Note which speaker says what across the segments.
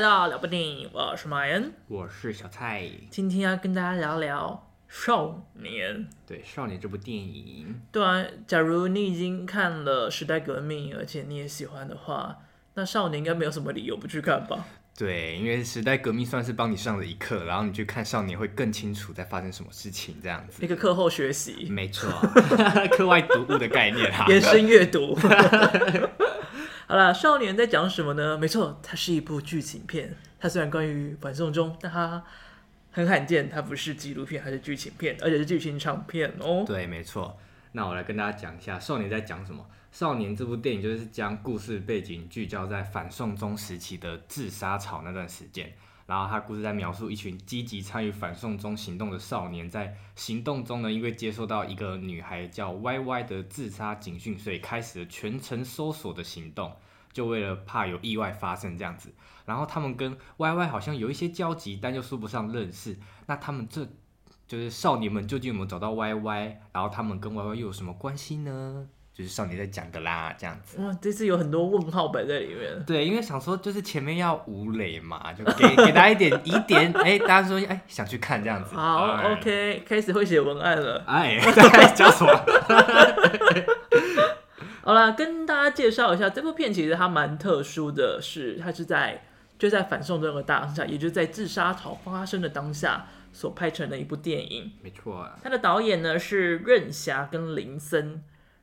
Speaker 1: 到聊部电影，我是马恩，
Speaker 2: 我是小蔡。
Speaker 1: 今天要跟大家聊聊《少年》。
Speaker 2: 对《少年》这部电影，
Speaker 1: 对啊，假如你已经看了《时代革命》，而且你也喜欢的话，那《少年》应该没有什么理由不去看吧？
Speaker 2: 对，因为时代革命算是帮你上了一课，然后你去看《少年》会更清楚在发生什么事情，这样子。
Speaker 1: 一个课后学习，
Speaker 2: 没错， 课外读物的概念啊。
Speaker 1: 延伸阅读。 好了，《少年》在讲什么呢？没错，它是一部剧情片。它虽然关于反送中，但它很罕见，它不是纪录片，它是剧情片，而且是剧情长片哦。
Speaker 2: 对，没错。那我来跟大家讲一下《少年》在讲什么。《少年》这部电影就是将故事背景聚焦在反送中时期的自杀潮那段时间，然后他故事在描述一群积极参与反送中行动的少年，在行动中呢，因为接受到一个女孩叫 YY 的自杀警讯，所以开始了全城搜索的行动，就为了怕有意外发生这样子。然后他们跟 YY 好像有一些交集，但又说不上认识。那他们这就是少年们究竟有没有找到 YY？然后他们跟 YY 又有什么关系呢？就是少年在讲的啦，这样子。
Speaker 1: 哇，这次有很多问号摆在里面。
Speaker 2: 对，因为想说就是前面要无雷嘛，就 给给大家一点疑点，哎、大家说哎、想去看这样子。
Speaker 1: 好、
Speaker 2: 哎
Speaker 1: o k 开始会写文案了。
Speaker 2: 哎， 在讲什么？
Speaker 1: 好啦，跟大家介绍一下，这部片其实它蛮特殊的是，它是在就在反送中的当下，也就是在自杀潮发生的当下所拍成的一部电影。
Speaker 2: 没错啊，
Speaker 1: 它的导演呢是任霞跟林森。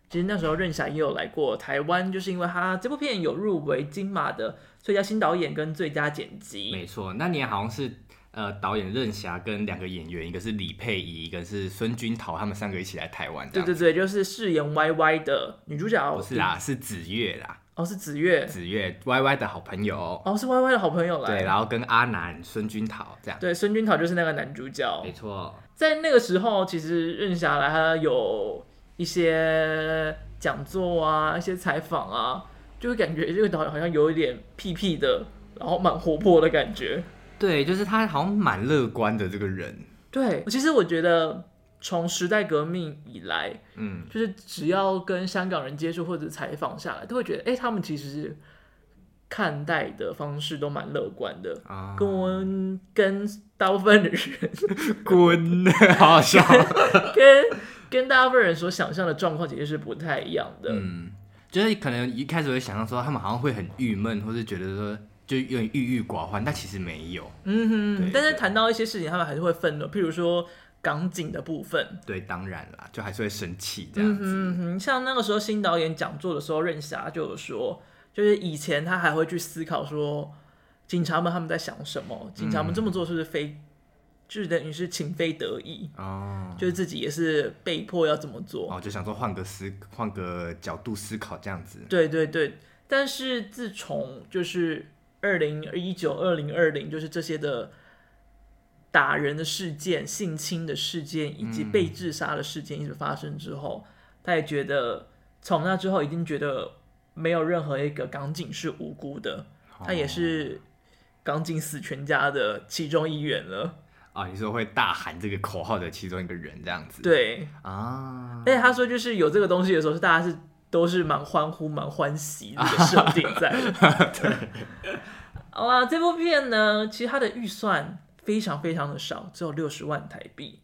Speaker 1: 其实那时候任霞也有来过台湾，就是因为他这部片有入围金马的最佳新导演跟最佳剪辑。
Speaker 2: 没错。那年好像是呃，导演任霞跟两个演员，一个是李佩仪，一个是孙君桃，他们三个一起来台湾这
Speaker 1: 对
Speaker 2: 样
Speaker 1: 对
Speaker 2: 子。
Speaker 1: 对，就是饰演 YY 的女主角
Speaker 2: 不是啦，是子月啦，
Speaker 1: 哦是子月，
Speaker 2: 子月 Y Y 的好朋友。
Speaker 1: 哦是 YY 的好朋友来。
Speaker 2: 对，然后跟阿南、孙君桃这样。
Speaker 1: 对，孙君桃就是那个男主角。
Speaker 2: 没错，
Speaker 1: 在那个时候，其实任霞来她有一些讲座啊，一些采访啊，就会感觉这个导演好像有一点屁屁的，然后蛮活泼的感觉。
Speaker 2: 对，就是他好像蛮乐观的这个人。
Speaker 1: 对，其实我觉得从时代革命以来，
Speaker 2: 嗯，
Speaker 1: 就是只要跟香港人接触或者采访下来，都会觉得，哎、他们其实看待的方式都蛮乐观的，
Speaker 2: 啊，
Speaker 1: 跟跟大部分的人
Speaker 2: 滚，好好笑。
Speaker 1: 跟跟大部分人所想象的状况其实是不太一样的。
Speaker 2: 嗯， 就是可能一开始会想到说他们好像会很郁闷，或是觉得说就有点郁郁寡欢，但其实没有。
Speaker 1: 嗯哼
Speaker 2: 对，
Speaker 1: 但是谈到一些事情，他们还是会愤怒，譬如说港警的部分。
Speaker 2: 对，当然啦，就还是会生气这样
Speaker 1: 嗯
Speaker 2: 子。
Speaker 1: 哼嗯哼，像那个时候新导演讲座的时候，任霞就有说，就是以前他还会去思考说，警察们他们在想什么，警
Speaker 2: 嗯
Speaker 1: 察们这么做是不是非，就是等于是情非得已，
Speaker 2: 哦，
Speaker 1: 就是自己也是被迫要这么做。
Speaker 2: 哦，就想说换个思，换个角度思考这样子。
Speaker 1: 对对对，但是自从就是二零一九、二零二零，就是这些的打人的事件、性侵的事件以及被自杀的事件一直发生之后，他也觉得从那之后已经觉得没有任何一个港警是无辜的，他也是港警死全家的其中一员了。
Speaker 2: 啊、你说会大喊这个口号的其中一个人这样子。
Speaker 1: 对，
Speaker 2: 啊，
Speaker 1: 而且他说就是有这个东西的时候，是大家是都是蛮欢呼、蛮欢喜的一 个设定在的。好啦，这部片呢，其实它的预算非常非常的少，只有六十万台币，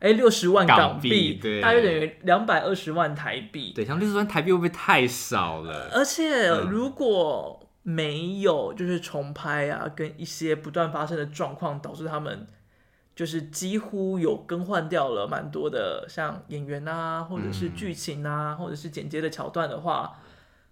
Speaker 1: 哎、6六十万港
Speaker 2: 港币对
Speaker 1: 大约等于两百二十万台币。
Speaker 2: 对，像六十万台币会不会太少了？
Speaker 1: 而且如果没有就是重拍啊，跟一些不断发生的状况，导致他们就是几乎有更换掉了蛮多的，像演员啊，或者是剧情啊，或者是剪接的桥段的话，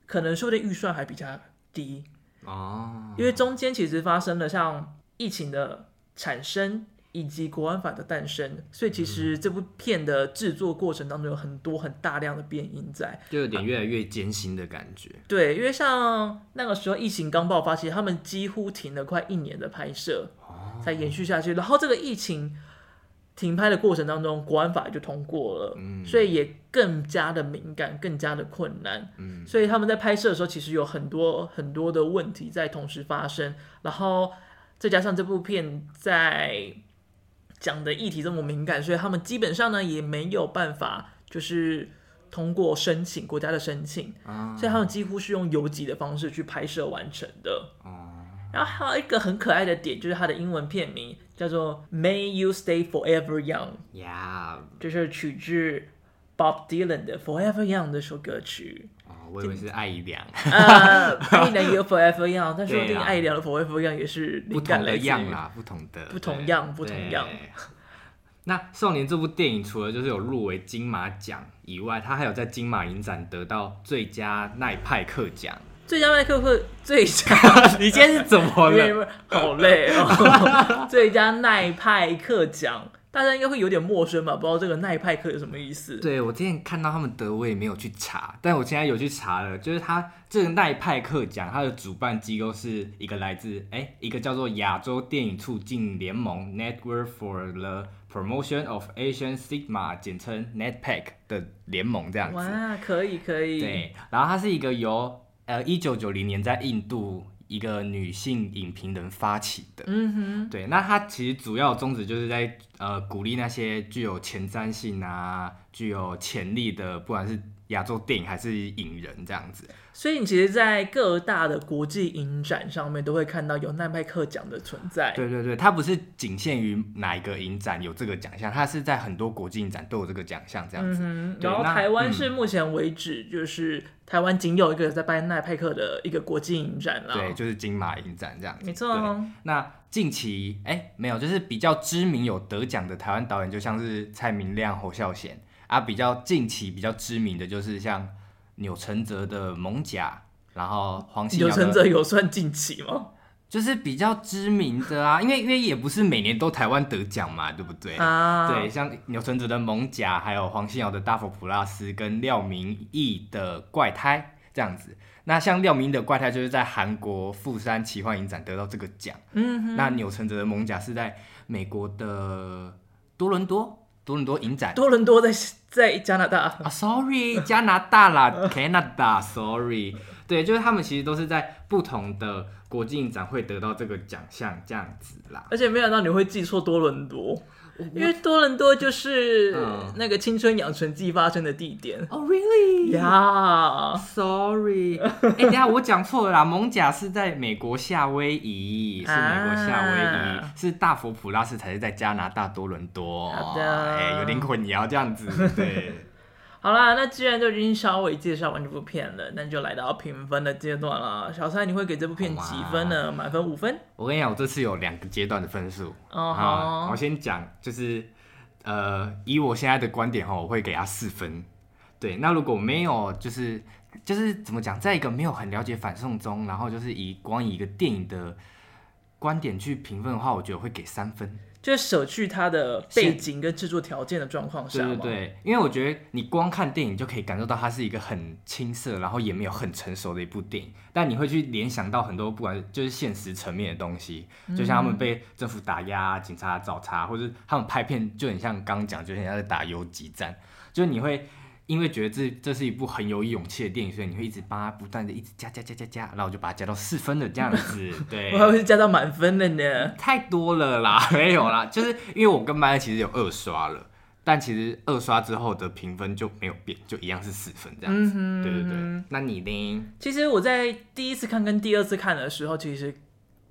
Speaker 1: 可能说不定预算还比较低，
Speaker 2: 哦，
Speaker 1: 因为中间其实发生了像疫情的产生。以及国安法的诞生，所以其实这部片的制作过程当中有很多很大量的变音在，
Speaker 2: 就有点越来越艰辛的感觉。
Speaker 1: 对，因为像那个时候疫情刚爆发，其实他们几乎停了快一年的拍摄，才延续下去。然后这个疫情停拍的过程当中，国安法就通过了，所以也更加的敏感，更加的困难。所以他们在拍摄的时候，其实有很多很多的问题在同时发生。然后再加上这部片在讲的议题这么敏感，所以他们基本上呢也没有办法，就是通过申请国家的申请，所以他们几乎是用邮寄的方式去拍摄完成的。
Speaker 2: 哦，
Speaker 1: 然后还有一个很可爱的点，就是它的英文片名叫做《May You Stay Forever Young》，
Speaker 2: 呀、
Speaker 1: 这是取自 Bob Dylan 的《Forever Young》这首歌曲。
Speaker 2: 哦，我以为是爱姨娘，
Speaker 1: 呃，爱能也有 Forever Young，但说不定
Speaker 2: 对啊
Speaker 1: 爱聊的 Forever Young 也是
Speaker 2: 不
Speaker 1: 灵
Speaker 2: 同
Speaker 1: 感来
Speaker 2: 的
Speaker 1: 自于
Speaker 2: 样啊啦，不同的
Speaker 1: 不同
Speaker 2: 对
Speaker 1: 样不同样
Speaker 2: 对 那《少年》这部电影除了就是有入围金马奖以外，它还有在金马影展得到最佳奈派克 奖。
Speaker 1: 最佳麦克风最佳。
Speaker 2: 你今天是怎么
Speaker 1: 因为
Speaker 2: 了？
Speaker 1: 好累哦。最佳耐派克奖，大家应该会有点陌生吧？不知道这个耐派克有什么意思？
Speaker 2: 对我之前看到他们得，我也没有去查，但我现在有去查了，就是它这个奈派克奖，它的主办机构是一个来自哎、一个叫做亚洲电影促进联盟 （Network for the Promotion of Asian Sigma），简称 NetPAC 的联盟这样子。
Speaker 1: 哇，可以可以，
Speaker 2: 对，然后它是一个由呃一九九零年在印度一个女性影评人发起的。
Speaker 1: 嗯哼，
Speaker 2: 对，那它其实主要宗旨就是在呃鼓励那些具有前瞻性啊、具有潜力的，不管是亚洲电影还是影人这样子。
Speaker 1: 所以你其实，在各大的国际影展上面都会看到有耐派克奖的存在。
Speaker 2: 对对对，它不是仅限于哪一个影展有这个奖项，它是在很多国际影展都有这个奖项这样
Speaker 1: 嗯
Speaker 2: 子。
Speaker 1: 哼，
Speaker 2: 对
Speaker 1: 然后
Speaker 2: 那嗯
Speaker 1: 台湾是目前为止，就是台湾仅有一个在办耐派克的一个国际影展啦。
Speaker 2: 对，，就是金马影展这样子。
Speaker 1: 没错
Speaker 2: 对
Speaker 1: 哦。
Speaker 2: 那近期哎、没有，就是比较知名有得奖的台湾导演，就像是蔡明亮、侯孝贤啊。比较近期比较知名的就是像钮承泽的《猛甲》，然后黄信
Speaker 1: 有
Speaker 2: 尧
Speaker 1: 成者
Speaker 2: 的，
Speaker 1: 有算近期吗？
Speaker 2: 就是比较知名的啊。因为因为也不是每年都台湾得奖嘛，对不对？
Speaker 1: 啊，
Speaker 2: 对，，像钮承泽的《猛甲》，还有黄信尧的《大佛普拉斯》，跟廖明义的《怪胎》这样子。那像廖明义的《怪胎》就是在韩国釜山奇幻影展得到这个奖。
Speaker 1: 嗯哼，
Speaker 2: 那钮承泽的《猛甲》是在美国的多伦多多伦多影展
Speaker 1: 多伦多在在加拿大。
Speaker 2: 啊，sorry，加拿大啦，Canada，sorry，对，就是他们其实都是在不同的国际影展会得到这个奖项这样子啦。
Speaker 1: 而且没想到你会记错多伦多，因为多伦多就是
Speaker 2: 嗯
Speaker 1: 那个青春养成季发生的地点
Speaker 2: 哦、really？
Speaker 1: 呀。
Speaker 2: Sorry，哎、等一下我讲错了啦，蒙甲是在美国夏威夷，是美国夏威夷，
Speaker 1: 啊
Speaker 2: 是大佛普拉斯才是在加拿大多伦多。
Speaker 1: 好的
Speaker 2: 哎、有点混淆这样子，对。
Speaker 1: 好啦，那既然都已经稍微介绍完这部片了，那就来到评分的阶段了。小蔡，你会给这部片几分呢？满分五分？
Speaker 2: 我跟你讲，我这次有两个阶段的分数。
Speaker 1: 哦
Speaker 2: 啊，
Speaker 1: 好
Speaker 2: 我先讲，就是呃，以我现在的观点哈，我会给他四分。对，那如果没有，就是就是怎么讲，在一个没有很了解反送中，然后就是以光以一个电影的观点去评分的话，我觉得我会给三分。
Speaker 1: 就是舍去它的背景跟制作条件的状况
Speaker 2: 对
Speaker 1: 下
Speaker 2: 对
Speaker 1: 嘛。
Speaker 2: 对，因为我觉得你光看电影就可以感受到它是一个很青涩，然后也没有很成熟的一部电影，但你会去联想到很多不管就是现实层面的东西，
Speaker 1: 嗯
Speaker 2: 就像他们被政府打压、警察找茬，或者他们拍片就很像刚刚讲，就很像在打游击战，就是你会。因为觉得这这是一部很有勇气的电影，所以你会一直帮他不断的一直加加加加加，然后我就把它加到四分的这样子，对，
Speaker 1: 我还会加到满分的呢。
Speaker 2: 太多了啦， 没有啦，就是因为我跟麦恩其实有二刷了，但其实二刷之后的评分就没有变，就一样是四分这样子。对对对，那你呢？
Speaker 1: 其实我在第一次看跟第二次看的时候，其实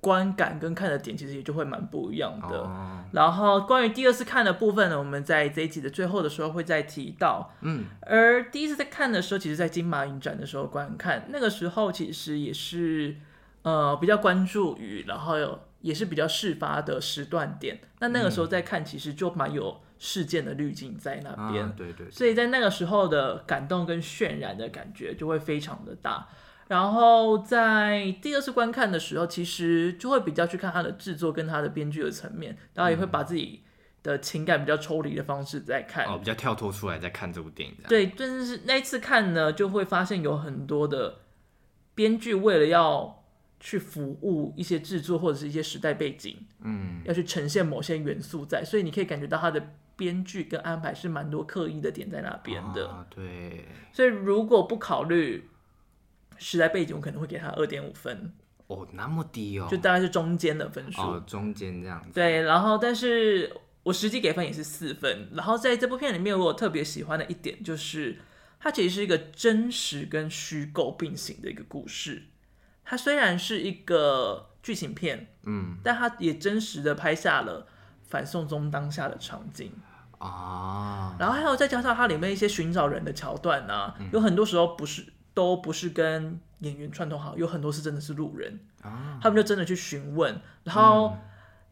Speaker 1: 观感跟看的点其实也就会蛮不一样的。
Speaker 2: 哦，
Speaker 1: 然后关于第二次看的部分呢，我们在这一集的最后的时候会再提到。
Speaker 2: 嗯，
Speaker 1: 而第一次在看的时候，其实在金马影展的时候观看，那个时候其实也是呃比较关注于，然后有也是比较事发的时段点。那那个
Speaker 2: 嗯
Speaker 1: 时候再看，其实就蛮有事件的滤镜在那边。
Speaker 2: 啊对对，
Speaker 1: 所以在那个时候的感动跟渲染的感觉就会非常的大。然后在第二次观看的时候，其实就会比较去看它的制作跟它的编剧的层面，然后也会
Speaker 2: 嗯
Speaker 1: 把自己的情感比较抽离的方式在看。
Speaker 2: 哦，比较跳脱出来再看这部电影这样。
Speaker 1: 对，但是那一次看呢，就会发现有很多的编剧为了要去服务一些制作或者是一些时代背景，
Speaker 2: 嗯，
Speaker 1: 要去呈现某些元素在，所以你可以感觉到它的编剧跟安排是蛮多刻意的点在那边的。
Speaker 2: 啊对，
Speaker 1: 所以如果不考虑时代背景，我可能会给他二点五分，
Speaker 2: 哦，那么低哦，
Speaker 1: 就大概是中间的分数。
Speaker 2: 哦中间这样子。
Speaker 1: 对，然后但是我实际给分也是四分。然后在这部片里面，我有特别喜欢的一点就是，它其实是一个真实跟虚构并行的一个故事。它虽然是一个剧情片，
Speaker 2: 嗯
Speaker 1: 但它也真实的拍下了反送中当下的场景。
Speaker 2: 啊，
Speaker 1: 然后还有再加上它里面一些寻找人的桥段啊，
Speaker 2: 嗯
Speaker 1: 有很多时候不是都不是跟演员串通好，有很多是真的是路人，
Speaker 2: 啊嗯
Speaker 1: 他们就真的去询问，然后、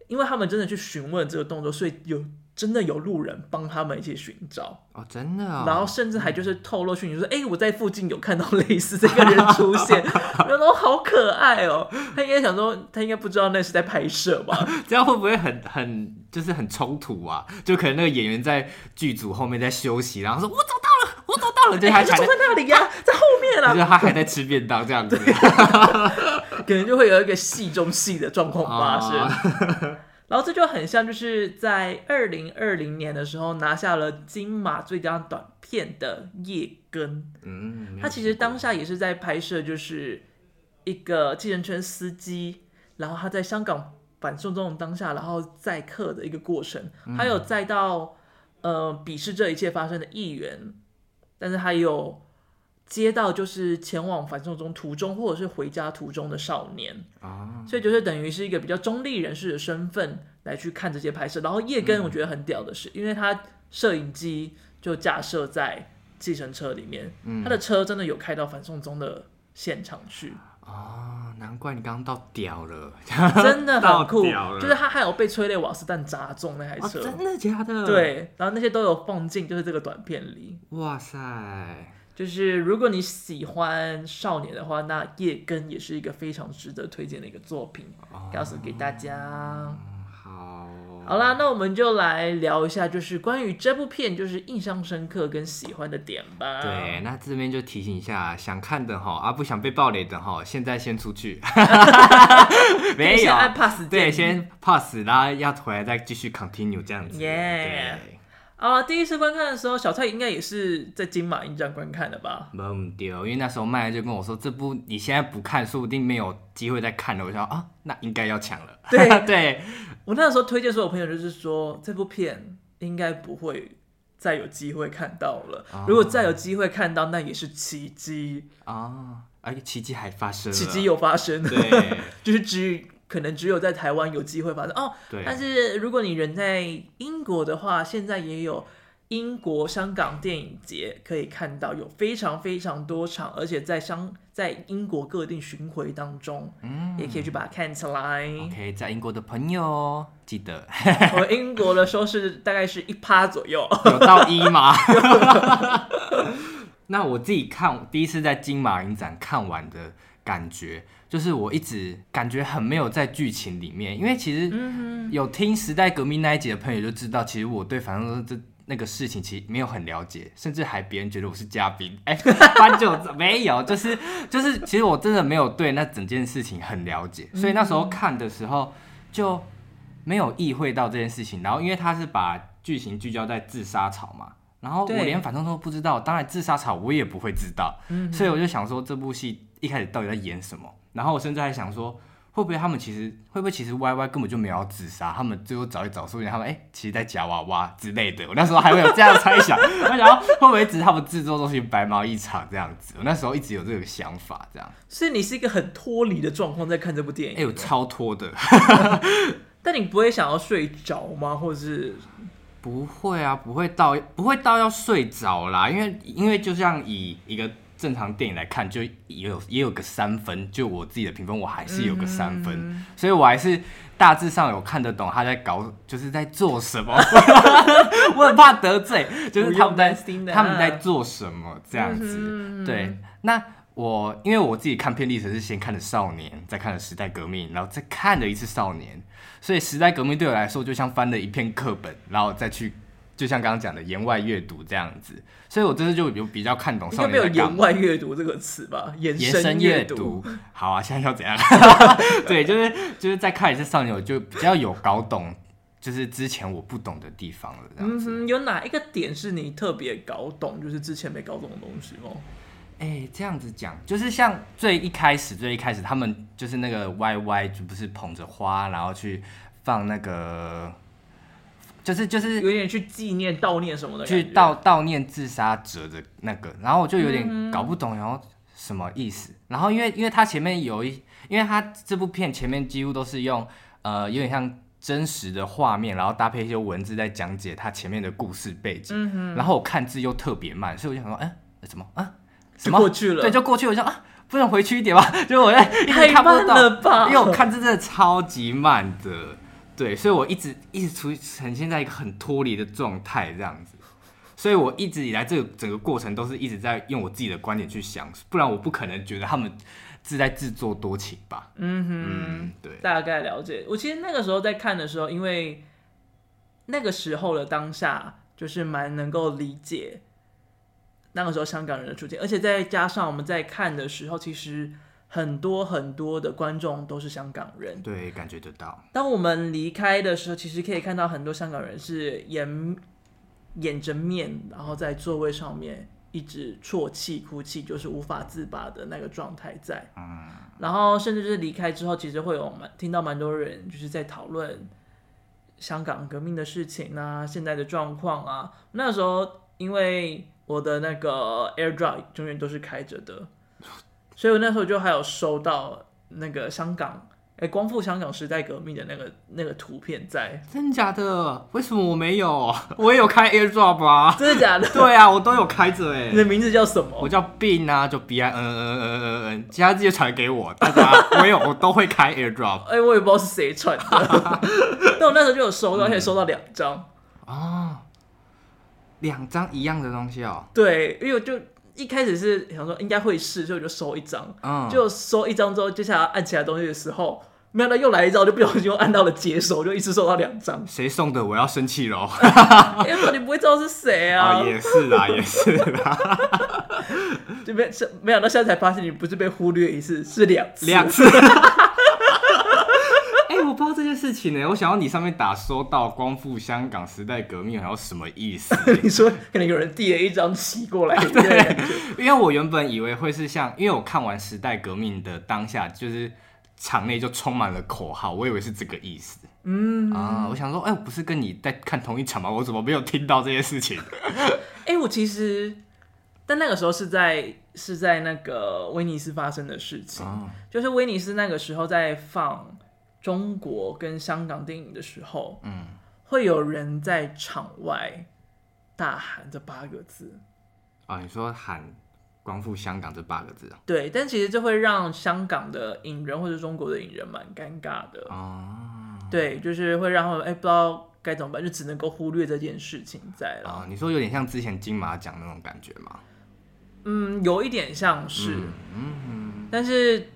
Speaker 1: 因为他们真的去询问这个动作，所以有真的有路人帮他们一起寻找，
Speaker 2: 哦，真的啊、嗯
Speaker 1: 然后甚至还就是透露讯息说，哎、我在附近有看到类似这个人出现， 然后好可爱哦，他应该想说他应该不知道那是在拍摄 吧，
Speaker 2: 这样会不会很很就是很冲突啊？就可能那个演员在剧组后面在休息，然后说我找到了，我找到了，就
Speaker 1: 哎、
Speaker 2: 他还
Speaker 1: 就
Speaker 2: 在
Speaker 1: 坐在那里呀、在后面啊啦、
Speaker 2: 就是他还在吃便当这样子。
Speaker 1: 可能就会有一个戏中戏的状况发生。
Speaker 2: 啊
Speaker 1: 然后这就很像就是在二零二零年的时候拿下了金马最佳短片的《叶根
Speaker 2: 嗯，没》，有
Speaker 1: 他其实当下也是在拍摄，就是一个计程车司机，然后他在香港反送中的当下，然后载客的一个过程，
Speaker 2: 嗯
Speaker 1: 还有载到呃鄙视这一切发生的议员，但是还有接到就是前往反送中途中或者是回家途中的少年。
Speaker 2: 啊，
Speaker 1: 所以就是等于是一个比较中立人士的身份来去看这些拍摄。然后夜更
Speaker 2: 嗯
Speaker 1: 我觉得很屌的是，因为他摄影机就架设在计程车里面，
Speaker 2: 嗯
Speaker 1: 他的车真的有开到反送中的现场 去，
Speaker 2: 哦，难怪你刚刚到屌了，
Speaker 1: 真的很酷
Speaker 2: 到屌。了
Speaker 1: 就是他还有被催泪瓦斯弹砸中那台
Speaker 2: 哦，
Speaker 1: 车，
Speaker 2: 真的假的？，
Speaker 1: 对，然后那些都有放进就是这个短片里。
Speaker 2: 哇塞，
Speaker 1: 就是如果你喜欢少年的话，那夜更也是一个非常值得推荐的一个作品，
Speaker 2: 哦
Speaker 1: 告诉给大家。
Speaker 2: 嗯好，
Speaker 1: 好啦，那我们就来聊一下，就是关于这部片，就是印象深刻跟喜欢的点吧。
Speaker 2: 对，，那这边就提醒一下，想看的哈，啊不想被暴雷的哈，现在先 出去，没
Speaker 1: 先
Speaker 2: 有，
Speaker 1: 按 pass
Speaker 2: 哎对，
Speaker 1: 键
Speaker 2: 先 pass，然后要回来再继续 continue 这样子。
Speaker 1: Yeah
Speaker 2: 对，
Speaker 1: 啊，第一次观看的时候，小蔡应该也是在金马影展观看的吧？
Speaker 2: 没有丢，因为那时候麦就跟我说，这部你现在不看，说不定没有机会再看了。我想啊，那应该要抢了。
Speaker 1: 对
Speaker 2: 对，
Speaker 1: 我那时候推荐所有朋友，就是说这部片应该不会再有机会看到了。
Speaker 2: 哦
Speaker 1: 如果再有机会看到，那也是奇迹，
Speaker 2: 啊，而且奇迹还发生了。
Speaker 1: 奇迹有发生。
Speaker 2: 啊对
Speaker 1: 就是只可能只有在台湾有机会发生哦。
Speaker 2: 对啊
Speaker 1: 但是如果你人在英国的话，现在也有英国香港电影节可以看到，有非常非常多场，而且在香在英国各地巡回当中，嗯，也可以去把它啊看起来。
Speaker 2: ，OK，在英国的朋友记得
Speaker 1: 我英国的收视大概是一趴左右。
Speaker 2: 有到一吗？ 那我自己看第一次在金马影展看完的感觉，就是我一直感觉很没有在剧情里面，因为其实
Speaker 1: 嗯
Speaker 2: 有听时代革命那一集的朋友就知道，其实我对反正这那个事情其实没有很了解，甚至还别人觉得我是嘉宾， 哎、搬酒没有，就是就是，其实我真的没有对那整件事情很了解，所以那时
Speaker 1: 嗯
Speaker 2: 候看的时候就没有意会到这件事情。然后因为他是把剧情聚焦在自杀潮嘛，然后我
Speaker 1: 对
Speaker 2: 连反正都不知道，当然自杀潮我也不会知道，所以我就想说这部戏一开始到底在演什么？然后我甚至还想说。会不会他们其实会不会其实 Y Y 根本就没有要自杀，他们最后找一找，说不定他们哎、其实在夹娃娃之类的。我那时候还会有这样的猜想， 我想会不会只是他们制作东西白忙一场这样子？我那时候一直有这个想法，这样。
Speaker 1: 所以你是一个很脱离的状况在看这部电
Speaker 2: 哎、
Speaker 1: 影，
Speaker 2: 我超脱的，
Speaker 1: 但你不会想要睡着吗？或者是
Speaker 2: 不会啊，不会到不会到要睡着啦，因为因为就像以一个正常电影来看，就也有也有个三分，就我自己的评分，我还是有个三分，
Speaker 1: 嗯
Speaker 2: 所以我还是大致上有看得懂他在搞，就是在做什么。 我很怕得罪，就是他们在
Speaker 1: 不用担心的嗯啊
Speaker 2: 他们在做什么这样子。对，那我因为我自己看片历程是先看的《少年》，再看了《时代革命》，然后再看了一次《少年》，所以《时代革命》对我来说就像翻了一片课本，然后再去。就像刚刚讲的言外阅读这样子，所以我这次就有比较看懂
Speaker 1: 应
Speaker 2: 少
Speaker 1: 该
Speaker 2: 年
Speaker 1: 没有
Speaker 2: 在干嘛
Speaker 1: 言外阅读这个词吧？延
Speaker 2: 延伸
Speaker 1: 伸
Speaker 2: 阅
Speaker 1: 读，
Speaker 2: 读。好啊，现在要怎样？ 对，就是就是再看一次《少年》，我就比较有搞懂，就是之前我不懂的地方了。这样
Speaker 1: 嗯哼，有哪一个点是你特别搞懂，就是之前没搞懂的东西吗？
Speaker 2: 哎、这样子讲，就是像最一开始，最一开始他们就是那个 Y Y 就不是捧着花，然后去放那个，就是就是
Speaker 1: 有点去纪念、悼念什么的感觉，啊嗯
Speaker 2: 去悼悼念自杀者的那个，然后我就有点搞不懂，然后什么意思？然后因为因为它前面有一，因为它这部片前面几乎都是用呃有点像真实的画面，然后搭配一些文字在讲解它前面的故事背景。
Speaker 1: 嗯
Speaker 2: 然后我看字又特别慢，所以我就想说，哎、怎么啊？什
Speaker 1: 就
Speaker 2: 么
Speaker 1: 过去了
Speaker 2: 对，，就过去，我就啊，不能回去一点吗？ 就是我在一
Speaker 1: 太
Speaker 2: 直看不
Speaker 1: 慢
Speaker 2: 到，
Speaker 1: 了吧？
Speaker 2: 因为我看字真的超级慢的，对，所以我一直一直处于呈现在一个很脱离的状态这样子，所以我一直以来这个整个过程都是一直在用我自己的观点去想，不然我不可能觉得他们是在自作多情吧？
Speaker 1: 嗯哼。
Speaker 2: 嗯，对，
Speaker 1: 大概了解。我其实那个时候在看的时候，因为那个时候的当下，就是蛮能够理解那个时候香港人的处境，而且再加上我们在看的时候，其实很多很多的观众都是香港人。
Speaker 2: 对，感觉得到，
Speaker 1: 当我们离开的时候，其实可以看到很多香港人是掩掩着面，然后在座位上面一直啜泣、哭泣，就是无法自拔的那个状态在。嗯，然后甚至是离开之后，其实会有蛮听到蛮多人就是在讨论香港革命的事情啊，现在的状况啊。那时候因为我的那个 AirDrop 永远都是开着的，所以我那时候就还有收到那个香港。哎，光复香港时代革命的那个那个图片在，
Speaker 2: 真假的？为什么我没有？ 我也有开 AirDrop 啊，
Speaker 1: 真的假的？
Speaker 2: 对啊，我都有开着哎、
Speaker 1: 你的名字叫什
Speaker 2: 我
Speaker 1: 么？
Speaker 2: 叫 bin 啊，就 b i n n n n n n，其他直接传给我，大家我有我都会开 AirDrop。
Speaker 1: 哎，我也不知道是谁传的， 但我那时候就有收到，而且收到两张。
Speaker 2: 哦，两张一样的东西哦。
Speaker 1: 对，因为我就一开始是想说应该会是，所以我就收一张。
Speaker 2: 嗯，。
Speaker 1: 就收一张之后，接下来按其他东西的时候，没想到又来一张，我就不小心又按到了解手，我就一次收到两张
Speaker 2: 谁送的？我要生气了哦。
Speaker 1: 哎，不然你不会知道是谁啊
Speaker 2: 哦，？也是啦，也是啦，
Speaker 1: 就没没想到现在才发现，你不是被忽略一次，是两次。
Speaker 2: 两次。 哎、我不知道这件事情呢、欸我想要你上面打说到光复香港时代革命，然后什么意思？
Speaker 1: 你说可能有人递了一张旗过来，对，
Speaker 2: 因为我原本以为会是像，因为我看完时代革命的当下，就是场内就充满了口号，我以为是这个意思。嗯啊，我想说，哎、我不是跟你在看同一场吗？我怎么没有听到这件事情？
Speaker 1: 哎、我其实，但那个时候是在是在那个威尼斯发生的事情，
Speaker 2: 哦
Speaker 1: 就是威尼斯那个时候在放中国跟香港电影的时候，
Speaker 2: 嗯，
Speaker 1: 会有人在场外大喊这八个字，
Speaker 2: 啊，你说喊“光复香港”这八个字啊？
Speaker 1: 对，但其实这会让香港的影人或者中国的影人蛮尴尬的，
Speaker 2: 哦
Speaker 1: 对，就是会让他们哎、不知道该怎么办，就只能够忽略这件事情在了，
Speaker 2: 啊，你说有点像之前金马奖那种感觉吗？
Speaker 1: 嗯，有一点像是。
Speaker 2: 嗯，
Speaker 1: 但是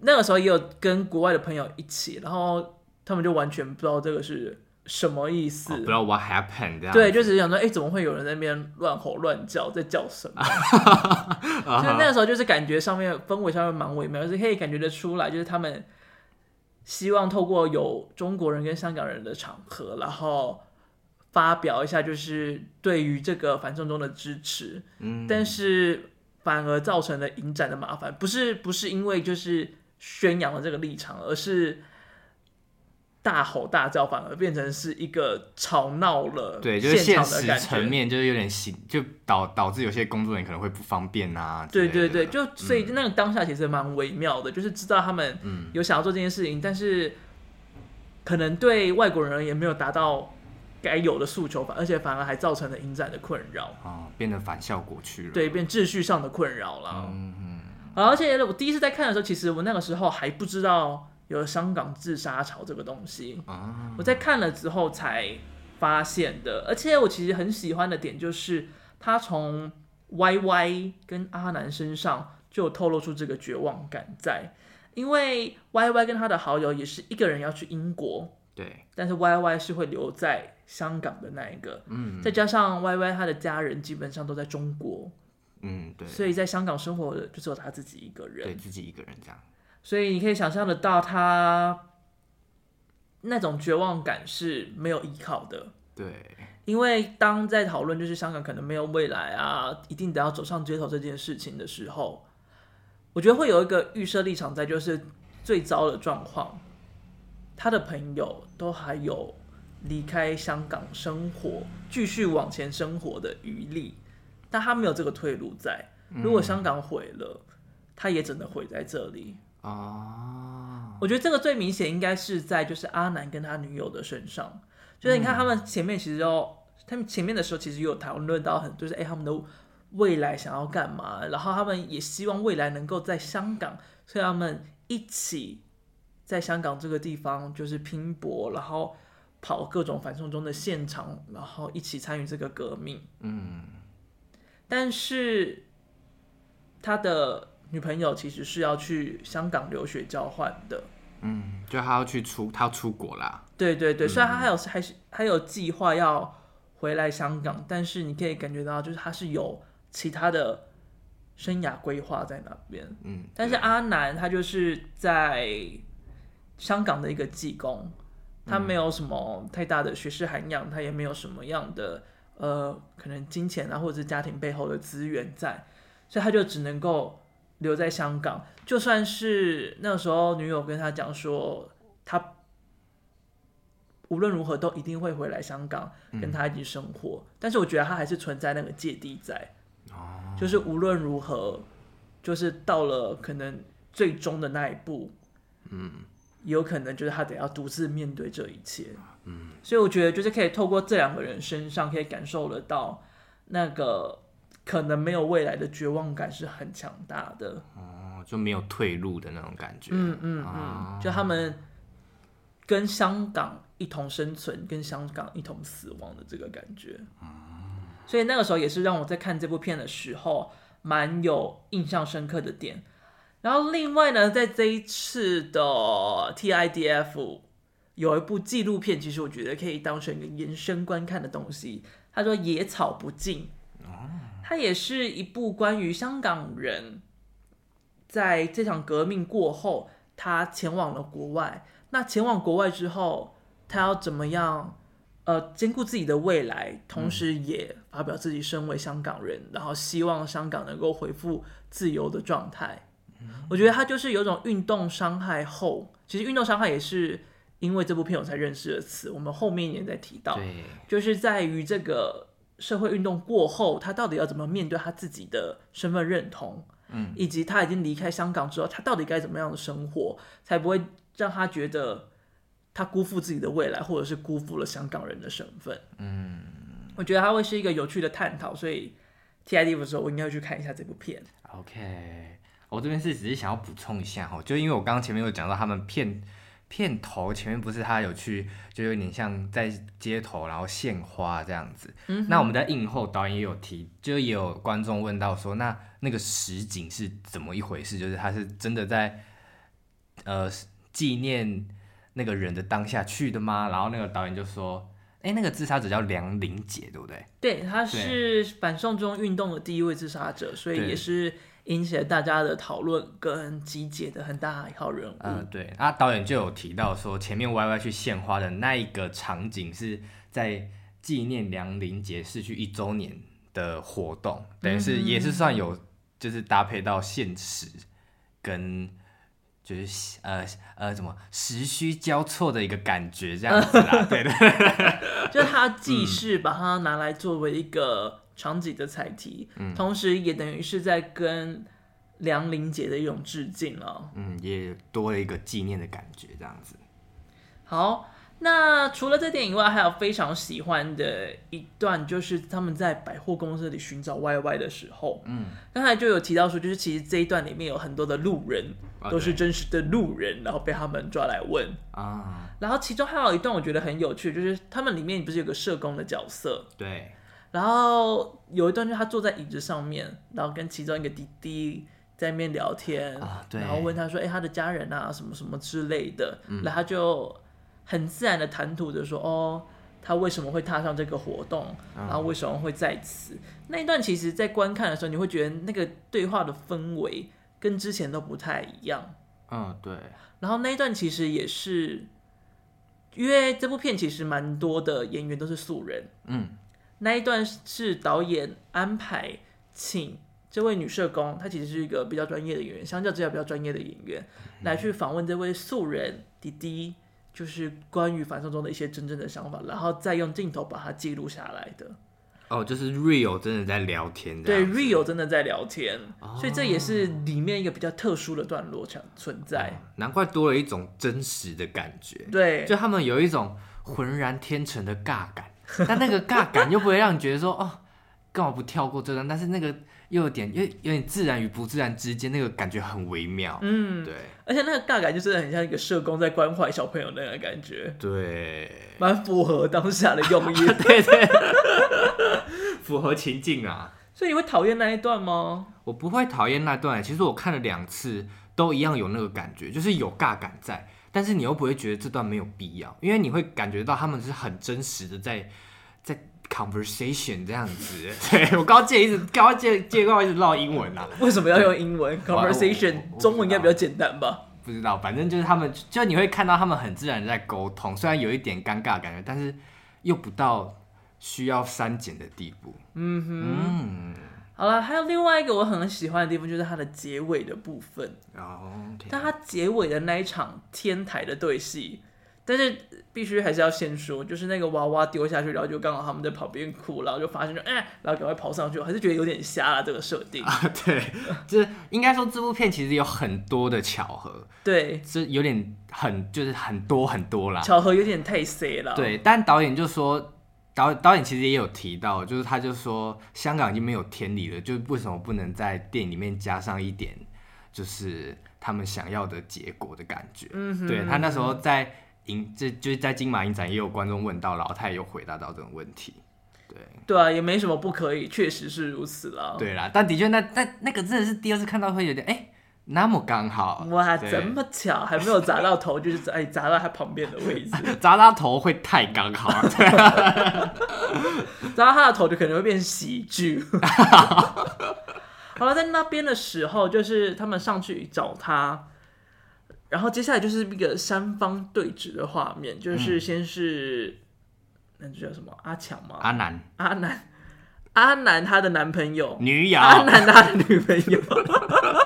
Speaker 1: 那个时候也有跟国外的朋友一起，然后他们就完全不知道这个是什么意思。
Speaker 2: 哦不知道 what happened 这样。
Speaker 1: 对，就只是想说，哎、怎么会有人在那边乱吼乱叫，在叫什 么？
Speaker 2: 啊
Speaker 1: 所以
Speaker 2: 哈，
Speaker 1: 那个时候就是感觉上面氛围上面蛮微妙，就是可以感觉得出来，就是他们希望透过有中国人跟香港人的场合，然后发表一下就是对于这个反送中的支持。
Speaker 2: 嗯，
Speaker 1: 但是反而造成了影展的麻烦，不是不是因为就是宣扬了这个立场，而是大吼大叫，反而变成是一个吵闹了
Speaker 2: 对，就是现
Speaker 1: 场的
Speaker 2: 实
Speaker 1: 感
Speaker 2: 层
Speaker 1: 觉。
Speaker 2: 面，就是有点行，就导导致有些工作人员可能会不方便啊。之
Speaker 1: 对
Speaker 2: 类
Speaker 1: 对
Speaker 2: 的
Speaker 1: 对，就所以那个当下其实蛮微妙的，就是知道他们
Speaker 2: 嗯
Speaker 1: 有想要做这件事情，但是可能对外国人而言没有达到该有的诉求，反而且反而还造成了影展的困扰，
Speaker 2: 哦，变得反效果去了。
Speaker 1: 对，变秩序上的困扰了。
Speaker 2: 嗯，嗯
Speaker 1: 而且我第一次在看的时候，其实我那个时候还不知道有香港自杀潮这个东西，
Speaker 2: 嗯啊，
Speaker 1: 我在看了之后才发现的。而且我其实很喜欢的点就是，他从 Y Y 跟阿南身上就有透露出这个绝望感在，因为 Y Y 跟他的好友也是一个人要去英国，
Speaker 2: 对，
Speaker 1: 但是 Y Y 是会留在香港的那一个，
Speaker 2: 嗯
Speaker 1: 再加上 Y Y 他的家人基本上都在中国，
Speaker 2: 嗯，对，
Speaker 1: 所以在香港生活的就只有他自己一个人
Speaker 2: 对。自己一个人这样。
Speaker 1: 所以你可以想象得到他那种绝望感是没有依靠的，
Speaker 2: 对，
Speaker 1: 因为当在讨论就是香港可能没有未来啊，一定得要走上街头这件事情的时候，我觉得会有一个预设立场在，就是最糟的状况，他的朋友都还有离开香港生活，继续往前生活的余力，但他没有这个退路在，如果香港毁了，它也只能毁在这里。
Speaker 2: 啊，
Speaker 1: 我觉得这个最明显应该是在就是阿南跟他女友的身上，就是你看
Speaker 2: 嗯
Speaker 1: 他们前面其实都，他们前面的时候其实有讨论到很就是哎、他们的未来想要干嘛，然后他们也希望未来能够在香港，所以他们一起在香港这个地方就是拼搏，然后跑各种反送中的现场，然后一起参与这个革命。
Speaker 2: 嗯，
Speaker 1: 但是他的女朋友其实是要去香港留学交换的。
Speaker 2: 嗯，就他要去出，他要出国啦。
Speaker 1: 对对对，虽然他还有还是还有计划要回来香港，但是你可以感觉到，就是他是有其他的生涯规划在那边。
Speaker 2: 嗯，
Speaker 1: 但是阿南他就是在香港的一个技工，他没有什么太大的学识涵养，他也没有什么样的呃可能金钱啊或者是家庭背后的资源在，所以他就只能够留在香港。就算是那个时候女友跟他讲说他。无论如何都一定会回来香港跟他一起生活，但是我觉得他还是存在那个芥蒂在，就是无论如何就是到了可能最终的那一步，嗯，有可能就是他得要独自面对这一切，嗯，所以我觉得就是可以透过这两个人身上可以感受得到那个可能没有未来的绝望感是很强大的，
Speaker 2: 哦，就没有退路的那种感觉。
Speaker 1: 嗯嗯嗯，就他们跟香港一同生存，跟香港一同死亡的这个感觉。所以那个时候也是让我在看这部片的时候蛮有印象深刻的点。然后另外呢，在这一次的 TIDF 有一部纪录片，其实我觉得可以当成一个延伸观看的东西。他说《野草不尽》，它也是一部关于香港人在这场革命过后，他前往了国外。那前往国外之后，他要怎么样？呃，兼顾自己的未来，同时也发表自己身为香港人，然后希望香港能够恢复自由的状态。我觉得他就是有种运动伤害后，其实运动伤害也是因为这部片我才认识的词，我们后面一年再提到。
Speaker 2: 对，
Speaker 1: 就是在于这个社会运动过后，他到底要怎么面对他自己的身份认同，嗯，以及他已经离开香港之后，他到底该怎么样的生活，才不会让他觉得他辜负自己的未来，或者是辜负了香港人的身份。嗯，我觉得他会是一个有趣的探讨，所以 TID 的时候，我应该会去看一下这部片。
Speaker 2: OK，我哦这边是只是想要补充一下哦，就因为我刚刚前面有讲到他们片片头前面不是他有去，就有点像在街头然后献花这样子。嗯、那我们在映后导演也有提，就也有观众问到说，那那个实景是怎么一回事？就是他是真的在呃纪念那个人的当下去的吗？然后那个导演就说，哎、那个自杀者叫梁玲姐，对不对？
Speaker 1: 对，他是反送中运动的第一位自杀者，所以
Speaker 2: 对
Speaker 1: 也是引起了大家的讨论跟集结的很大一号人物。
Speaker 2: 嗯，对，啊，导演就有提到说，前面 Y Y 去献花的那一个场景是在纪念梁林杰逝去一周年的活动，等于是也是算有就是搭配到现实跟就是呃呃什么时虚交错的一个感觉这样子 啦，对对
Speaker 1: 就是他既是把它拿来作为一个场景的采题，同时也等于是在跟梁玲姐的一种致敬了。
Speaker 2: 嗯，也多了一个纪念的感觉这样子。
Speaker 1: 好，那除了这点以外，还有非常喜欢的一段，就是他们在百货公司里寻找 YY 的时候，嗯，刚才就有提到说，就是其实这一段里面有很多的路人
Speaker 2: 啊
Speaker 1: 都是真实的路人，然后被他们抓来问。
Speaker 2: 啊，
Speaker 1: 然后其中还有一段我觉得很有趣，就是他们里面不是有个社工的角色，
Speaker 2: 对，
Speaker 1: 然后有一段就是他坐在椅子上面，然后跟其中一个弟弟在面聊天，
Speaker 2: 啊对嗯
Speaker 1: 然后问他说：“哎、他的家人啊，什么什么之类的。然后他就很自然的谈吐着说：“哦，他为什么会踏上这个活动，
Speaker 2: 啊
Speaker 1: 然后为什么会在此？”那一段其实，在观看的时候，你会觉得那个对话的氛围跟之前都不太一样。
Speaker 2: 嗯对，
Speaker 1: 然后那一段其实也是，因为这部片其实蛮多的演员都是素人，
Speaker 2: 嗯
Speaker 1: 那一段是导演安排请这位女社工，她其实是一个比较专业的演员，相较之下比较专业的演员，来去访问这位素人弟弟，就是关于反送中的一些真正的想法，然后再用镜头把它记录下来的。
Speaker 2: 哦，就是 real 真的在聊天这
Speaker 1: 对
Speaker 2: 样子，
Speaker 1: ，real 真的在聊天，所以这也是里面一个比较特殊的段落存存在。
Speaker 2: 哦难怪多了一种真实的感觉，
Speaker 1: 对，
Speaker 2: 就他们有一种浑然天成的尬 感，但那个尬感又不会让你觉得说哦，干嘛不跳过这段？但是那个又有点，又有点自然与不自然之间那个感觉很微妙，嗯，对
Speaker 1: 而且那个尬感就真的很像一个社工在关怀小朋友那个感觉，
Speaker 2: 对
Speaker 1: 蛮符合当下的用意。
Speaker 2: 对对， 符合情境啊。
Speaker 1: 所以你会讨厌那一段吗？
Speaker 2: 我不会讨厌那段，其实我看了两次，都一样有那个感觉，就是有尬感在，但是你又不会觉得这段没有必要，因为你会感觉到他们是很真实的在在 conversation 这样子。 对我刚刚借一直，刚刚借借刚一直唠英文啊，
Speaker 1: 为什么要用英 文
Speaker 2: 我我我
Speaker 1: ？conversation
Speaker 2: 我
Speaker 1: 中文应该比较简单吧？
Speaker 2: 不知道，反正就是他们，就你会看到他们很自然地在沟通，虽然有一点尴尬的感觉，但是又不到需要删减的地步。嗯
Speaker 1: 好了，还有另外一个我很喜欢的地方就是它的结尾的部分，
Speaker 2: 哼，然后
Speaker 1: 但它结尾的那一场天台的对戏，但是必须还是要先说，就是那个娃娃丢下去，然后就刚好他们在旁边哭，然后就发 现说，哎、然后赶快跑上去，我还是觉得有点瞎啊了这个设定。
Speaker 2: 对，这应该说这部片其实有很多的巧合，
Speaker 1: 对，
Speaker 2: 这有点很就是很多很多啦。
Speaker 1: 巧合有点太 C 了。，
Speaker 2: 对，但导演就说，导导演其实也有提到，就是他就说香港已经没有天理了，就是为什么不能在电影里面加上一点，就是他们想要的结果的感觉。
Speaker 1: 嗯哼
Speaker 2: 对他那时候在影，这就是在金马影展也有观众问到，然后他也有回答到这种问题。对。
Speaker 1: 对啊，也没什么不可以，确实是如此啦。，
Speaker 2: 对啦，但的确那那那个真的是第二次看到会有点哎、那么刚好
Speaker 1: 哇，
Speaker 2: 对
Speaker 1: 这么巧，还没有砸到头，就是哎砸到他旁边的位置，
Speaker 2: 砸到头会太刚好，
Speaker 1: 砸到他的头就可能会变喜剧。好了，在那边的时候，就是他们上去找他，然后接下来就是一个三方对峙的画面，就是先是、那就叫什么阿强吗？
Speaker 2: 阿南
Speaker 1: 阿南，阿南他的男朋友，
Speaker 2: 女友
Speaker 1: 阿南他的女朋友。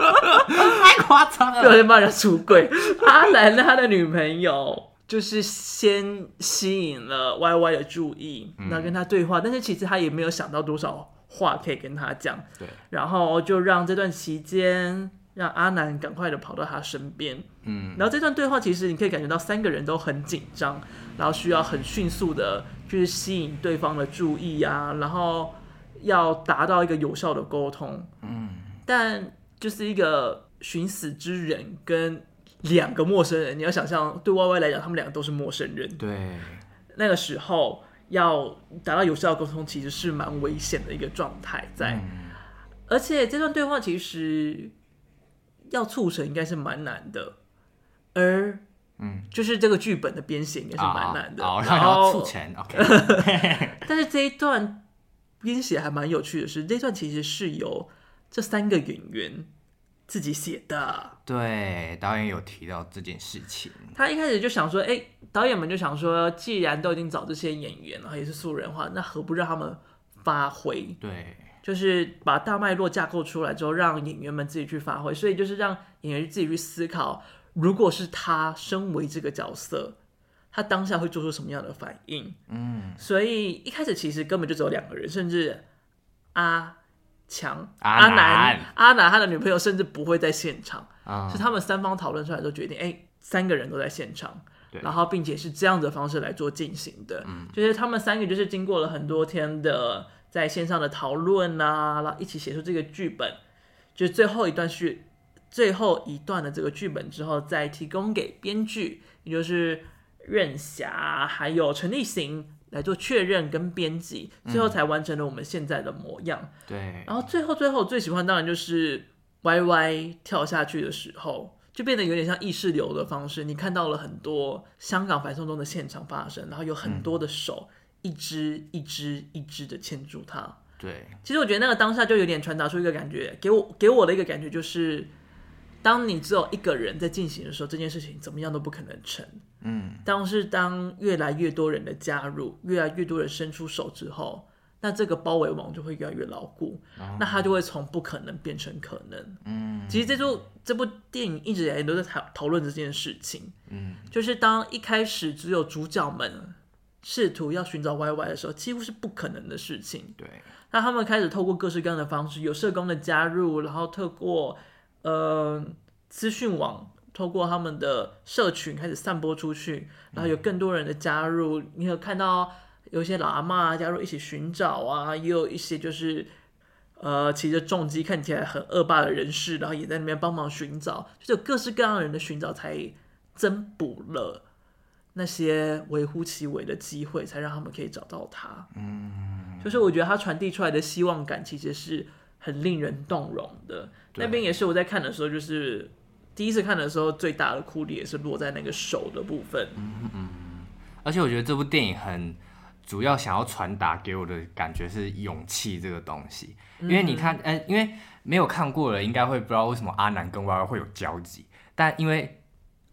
Speaker 2: 太夸张
Speaker 1: 不小
Speaker 2: 了，
Speaker 1: 心帮人家出柜。 阿兰他的女朋友就是先吸引了 Y Y 的注意，那跟他对话，但是其实他也没有想到多少话可以跟他讲，
Speaker 2: 对，
Speaker 1: 然后就让这段期间。让阿南赶快的跑到他身边，
Speaker 2: 嗯，
Speaker 1: 然后这段对话其实你可以感觉到三个人都很紧张，然后需要很迅速的去吸引对方的注意啊，然后要达到一个有效的沟通，但就是一个寻死之人跟两个陌生人，你要想象对 Y Y 来讲，他们两个都是陌生人，
Speaker 2: 对，
Speaker 1: 那个时候要达到有效的沟通，其实是蛮危险的一个状态在。
Speaker 2: 嗯
Speaker 1: 而且这段对话其实要促成应该是蛮难的，而
Speaker 2: 嗯，
Speaker 1: 就是这个剧本的编写应该是蛮难的。
Speaker 2: 哦哦
Speaker 1: 然
Speaker 2: 然后
Speaker 1: 后
Speaker 2: 促成，OK，
Speaker 1: 但是这一段编写还蛮有趣的是，这一段其实是由这三个演员自己写的。
Speaker 2: 对，导演有提到这件事情，
Speaker 1: 他一开始就想说，哎、导演们就想说，既然都已经找这些演员，然后也是素人的话，那何不让他们发挥？
Speaker 2: 对，
Speaker 1: 就是把大脉络架构出来之后，让演员们自己去发挥。所以就是让演员自己去思考，如果是他身为这个角色，他当下会做出什么样的反应？
Speaker 2: 嗯，
Speaker 1: 所以一开始其实根本就只有两个人，甚至阿强、
Speaker 2: 阿
Speaker 1: 阿
Speaker 2: 南
Speaker 1: 南、阿南他的女朋友甚至不会在现场，
Speaker 2: 啊
Speaker 1: 是，他们三方讨论出来之后决定，哎、三个人都在现场
Speaker 2: 对，嗯
Speaker 1: 然后并且是这样的方式来做进行的，就是他们三个就是经过了很多天的在线上的讨论啊，然后一起写出这个剧本，就是最后一段是最后一段的这个剧本之后，再提供给编剧，也就是任霞还有陈立行来做确认跟编辑，最后才完成了我们现在的模样。
Speaker 2: 对，
Speaker 1: 然后最后最后我最喜欢当然就是 Y Y 跳下去的时候，就变得有点像意识流的方式，你看到了很多香港反送中的现场发生，然后有很多的手、一只一只一只的牵住他。
Speaker 2: 对，
Speaker 1: 其实我觉得那个当下就有点传达出一个感觉，给我给我的一个感觉就是，当你只有一个人在进行的时候，这件事情怎么样都不可能成。
Speaker 2: 嗯，
Speaker 1: 但是当越来越多人的加入，越来越多人伸出手之后，那这个包围网就会越来越牢固，那它就会从不可能变成可能。
Speaker 2: 哦嗯，
Speaker 1: 其实这部这部电影一直以来都在讨讨论这件事情。
Speaker 2: 嗯，
Speaker 1: 就是当一开始只有主角们试图要寻找 YY 的时候，几乎是不可能的事情。
Speaker 2: 对，
Speaker 1: 那他们开始透过各式各样的方式，有社工的加入，然后透过呃资讯网，透过他们的社群开始散播出去，然后有更多人的加入。你有看到有一些老阿嬷啊加入一起寻找啊，也有一些就是呃骑着重机看起来很恶霸的人士，然后也在那边帮忙寻找，就是有各式各样的人的寻找才增补了。那些微乎其微的机会，才让他们可以找到他。就是我觉得他传递出来的希望感其实是很令人动容的。
Speaker 2: 对啊
Speaker 1: 那边也是我在看的时候，就是第一次看的时候，最大的哭点也是落在那个手的部分。
Speaker 2: 嗯而且我觉得这部电影很主要想要传达给我的感觉是勇气这个东西，因为你看，呃，因为没有看过的人应该会不知道为什么阿南跟 Y Y 会有交集，但因为